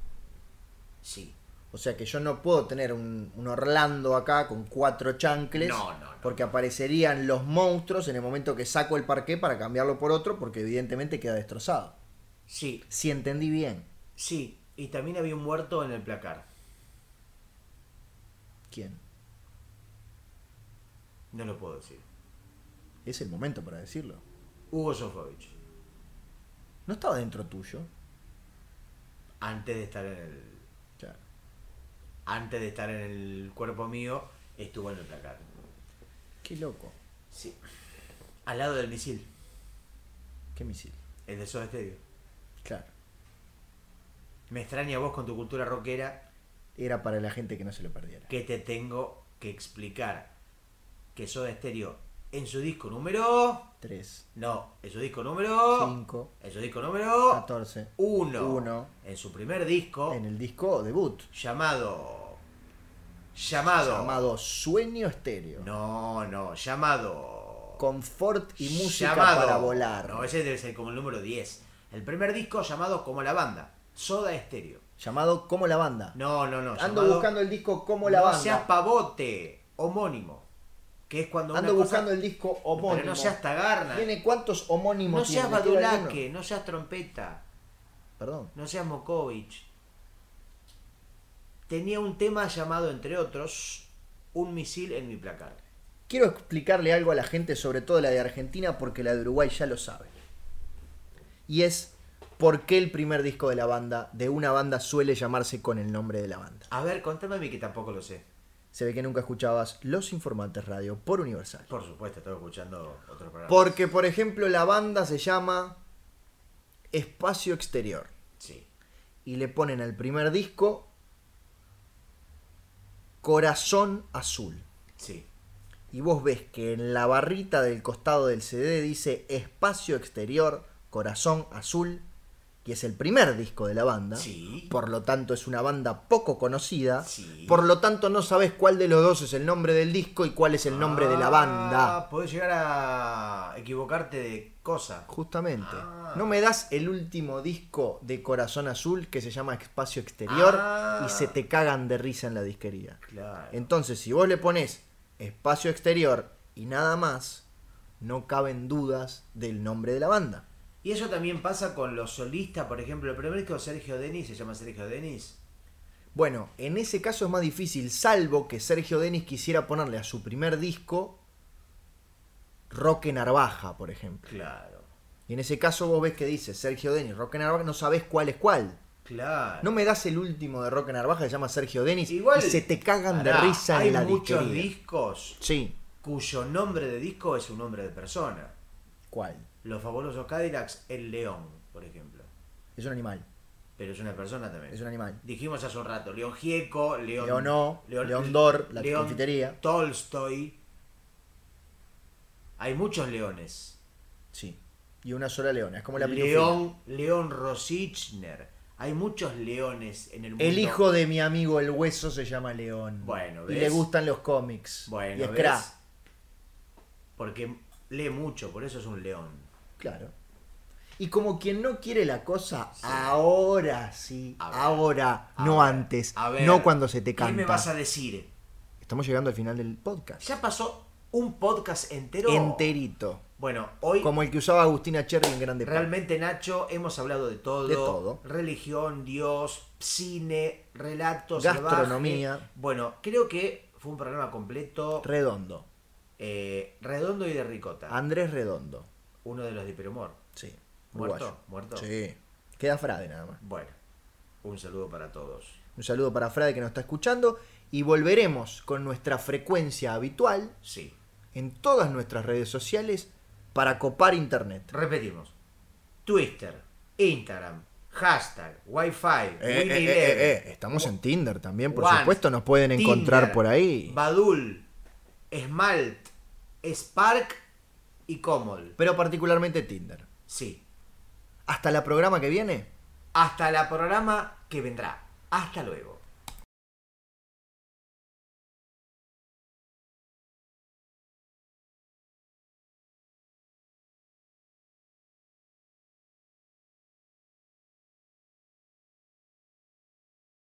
Speaker 1: Sí.
Speaker 2: O sea que yo no puedo tener un, un Orlando acá con cuatro chancles.
Speaker 1: No, no, no.
Speaker 2: Porque aparecerían los monstruos en el momento que saco el parqué para cambiarlo por otro, porque evidentemente queda destrozado.
Speaker 1: Sí,
Speaker 2: Si entendí bien.
Speaker 1: sí. Y también había un muerto en el placar.
Speaker 2: ¿Quién?
Speaker 1: No lo puedo decir.
Speaker 2: Es el momento para decirlo.
Speaker 1: Hugo Sofovich.
Speaker 2: No estaba dentro tuyo.
Speaker 1: Antes de estar en el.
Speaker 2: Claro.
Speaker 1: Antes de estar en el cuerpo mío, estuvo en el placar.
Speaker 2: Qué loco.
Speaker 1: Sí. Al lado del misil.
Speaker 2: Qué misil.
Speaker 1: El de Soda Stereo.
Speaker 2: Claro.
Speaker 1: Me extraña vos con tu cultura rockera
Speaker 2: Era para la gente que no se lo perdiera.
Speaker 1: que te tengo que explicar que Soda Stereo en su disco número
Speaker 2: Tres.
Speaker 1: no, en su disco número
Speaker 2: Cinco.
Speaker 1: en su disco número
Speaker 2: 14.
Speaker 1: 1
Speaker 2: Uno.
Speaker 1: en su primer disco
Speaker 2: En el disco debut.
Speaker 1: llamado llamado
Speaker 2: Llamado Sueño Estéreo.
Speaker 1: No, no, llamado
Speaker 2: Confort y música
Speaker 1: Llamado.
Speaker 2: para volar.
Speaker 1: No, ese debe ser como el número 10. El primer disco llamado como la banda, Soda Stereo.
Speaker 2: Llamado Como la Banda.
Speaker 1: No, no, no,
Speaker 2: Ando
Speaker 1: llamado
Speaker 2: buscando el disco Como la
Speaker 1: No
Speaker 2: Banda.
Speaker 1: seas pavote, homónimo. que es cuando
Speaker 2: Ando
Speaker 1: una
Speaker 2: buscando
Speaker 1: cosa-
Speaker 2: el disco homónimo.
Speaker 1: Pero no seas tagarna.
Speaker 2: ¿Tiene cuántos homónimos?
Speaker 1: No seas
Speaker 2: tiene? ¿Tiene alguno?
Speaker 1: badulaque, no seas trompeta,
Speaker 2: Perdón.
Speaker 1: no seas Mokovic. Tenía un tema llamado, entre otros, Un misil en mi placar.
Speaker 2: Quiero explicarle algo a la gente, sobre todo la de Argentina, porque la de Uruguay ya lo sabe. Y es por qué el primer disco de la banda, de una banda, suele llamarse con el nombre de la banda.
Speaker 1: A ver, contame a mí que tampoco lo sé.
Speaker 2: Se ve que nunca escuchabas Los Informantes Radio por Universal.
Speaker 1: Por supuesto, estaba escuchando otro programa.
Speaker 2: Porque, por ejemplo, la banda se llama Espacio Exterior.
Speaker 1: Sí.
Speaker 2: Y le ponen al primer disco Corazón Azul.
Speaker 1: Sí.
Speaker 2: Y vos ves que en la barrita del costado del CD dice Espacio Exterior, Corazón Azul, que es el primer disco de la banda.
Speaker 1: Sí.
Speaker 2: Por lo tanto, es una banda poco conocida.
Speaker 1: Sí.
Speaker 2: Por lo tanto, no sabes cuál de los dos es el nombre del disco y cuál es el nombre de la banda.
Speaker 1: Ah, Podés llegar a equivocarte de cosa.
Speaker 2: Justamente.
Speaker 1: Ah.
Speaker 2: ¿No me das el último disco de Corazón Azul que se llama Espacio Exterior
Speaker 1: Ah.
Speaker 2: y se te cagan de risa en la disquería?
Speaker 1: Claro.
Speaker 2: Entonces, si vos le pones Espacio Exterior y nada más, no caben dudas del nombre de la banda.
Speaker 1: Y eso también pasa con los solistas, por ejemplo, el primer disco de Sergio Denis se llama Sergio Denis.
Speaker 2: Bueno, en ese caso es más difícil, salvo que Sergio Denis quisiera ponerle a su primer disco Roque Narvaja, por ejemplo.
Speaker 1: Claro.
Speaker 2: Y en ese caso vos ves que dice Sergio Denis, Roque Narvaja, no sabés cuál es cuál.
Speaker 1: Claro.
Speaker 2: No me das el último de Roque Narvaja que se llama Sergio Denis
Speaker 1: Igual-
Speaker 2: y se te cagan de
Speaker 1: Pará,
Speaker 2: risa
Speaker 1: hay
Speaker 2: en la
Speaker 1: muchos
Speaker 2: disquería.
Speaker 1: discos
Speaker 2: Sí,
Speaker 1: cuyo nombre de disco es un nombre de persona.
Speaker 2: ¿cuál?
Speaker 1: Los fabulosos Cadillacs, El León, por ejemplo.
Speaker 2: Es un animal,
Speaker 1: Pero es una persona también.
Speaker 2: es un animal.
Speaker 1: Dijimos hace un rato, León Gieco, León...
Speaker 2: Leonó, León Dor, la confitería.
Speaker 1: Tolstoy. Hay muchos leones.
Speaker 2: Sí. Y una sola leona, es como la pitufina.
Speaker 1: León, León Rosichner. Hay muchos leones en el mundo.
Speaker 2: El hijo de mi amigo el hueso se llama León.
Speaker 1: Bueno,
Speaker 2: Y
Speaker 1: ¿ves?
Speaker 2: le gustan los cómics.
Speaker 1: Bueno,
Speaker 2: y es
Speaker 1: ¿ves?
Speaker 2: cra-
Speaker 1: Porque lee mucho, por eso es un león.
Speaker 2: Claro. Y como quien no quiere la cosa, ahora sí,
Speaker 1: A ver,
Speaker 2: ahora,
Speaker 1: A
Speaker 2: no
Speaker 1: ver,
Speaker 2: antes,
Speaker 1: a ver,
Speaker 2: no cuando se te
Speaker 1: ¿Qué me
Speaker 2: canta.
Speaker 1: vas a decir?
Speaker 2: Estamos llegando al final del podcast.
Speaker 1: Ya pasó un podcast entero.
Speaker 2: Enterito.
Speaker 1: Bueno, hoy
Speaker 2: Como el que usaba Agustina Cherry en Grande Paz.
Speaker 1: realmente, Nacho, hemos hablado de todo.
Speaker 2: De todo.
Speaker 1: Religión, Dios, cine, relatos,
Speaker 2: Gastronomía.
Speaker 1: salvaje. Bueno, creo que fue un programa completo,
Speaker 2: Redondo.
Speaker 1: eh, redondo y de ricota.
Speaker 2: Andrés Redondo.
Speaker 1: Uno de los de Perumor.
Speaker 2: Sí.
Speaker 1: ¿Muerto?
Speaker 2: uruguayo.
Speaker 1: ¿Muerto?
Speaker 2: Sí. Queda Frade nada más.
Speaker 1: Bueno, un saludo para todos.
Speaker 2: Un saludo para Frade que nos está escuchando. Y volveremos con nuestra frecuencia habitual
Speaker 1: Sí.
Speaker 2: en todas nuestras redes sociales para copar internet.
Speaker 1: Repetimos. Twitter, Instagram, hashtag, Wi-Fi,
Speaker 2: Eh, eh, eh, eh, eh, Estamos en Tinder también, por
Speaker 1: Once,
Speaker 2: supuesto, nos pueden
Speaker 1: Tinder,
Speaker 2: encontrar por ahí.
Speaker 1: Badul, Smalt, Spark y Comol.
Speaker 2: Pero particularmente Tinder.
Speaker 1: Sí.
Speaker 2: Hasta la programa que viene.
Speaker 1: Hasta la programa que vendrá. Hasta luego.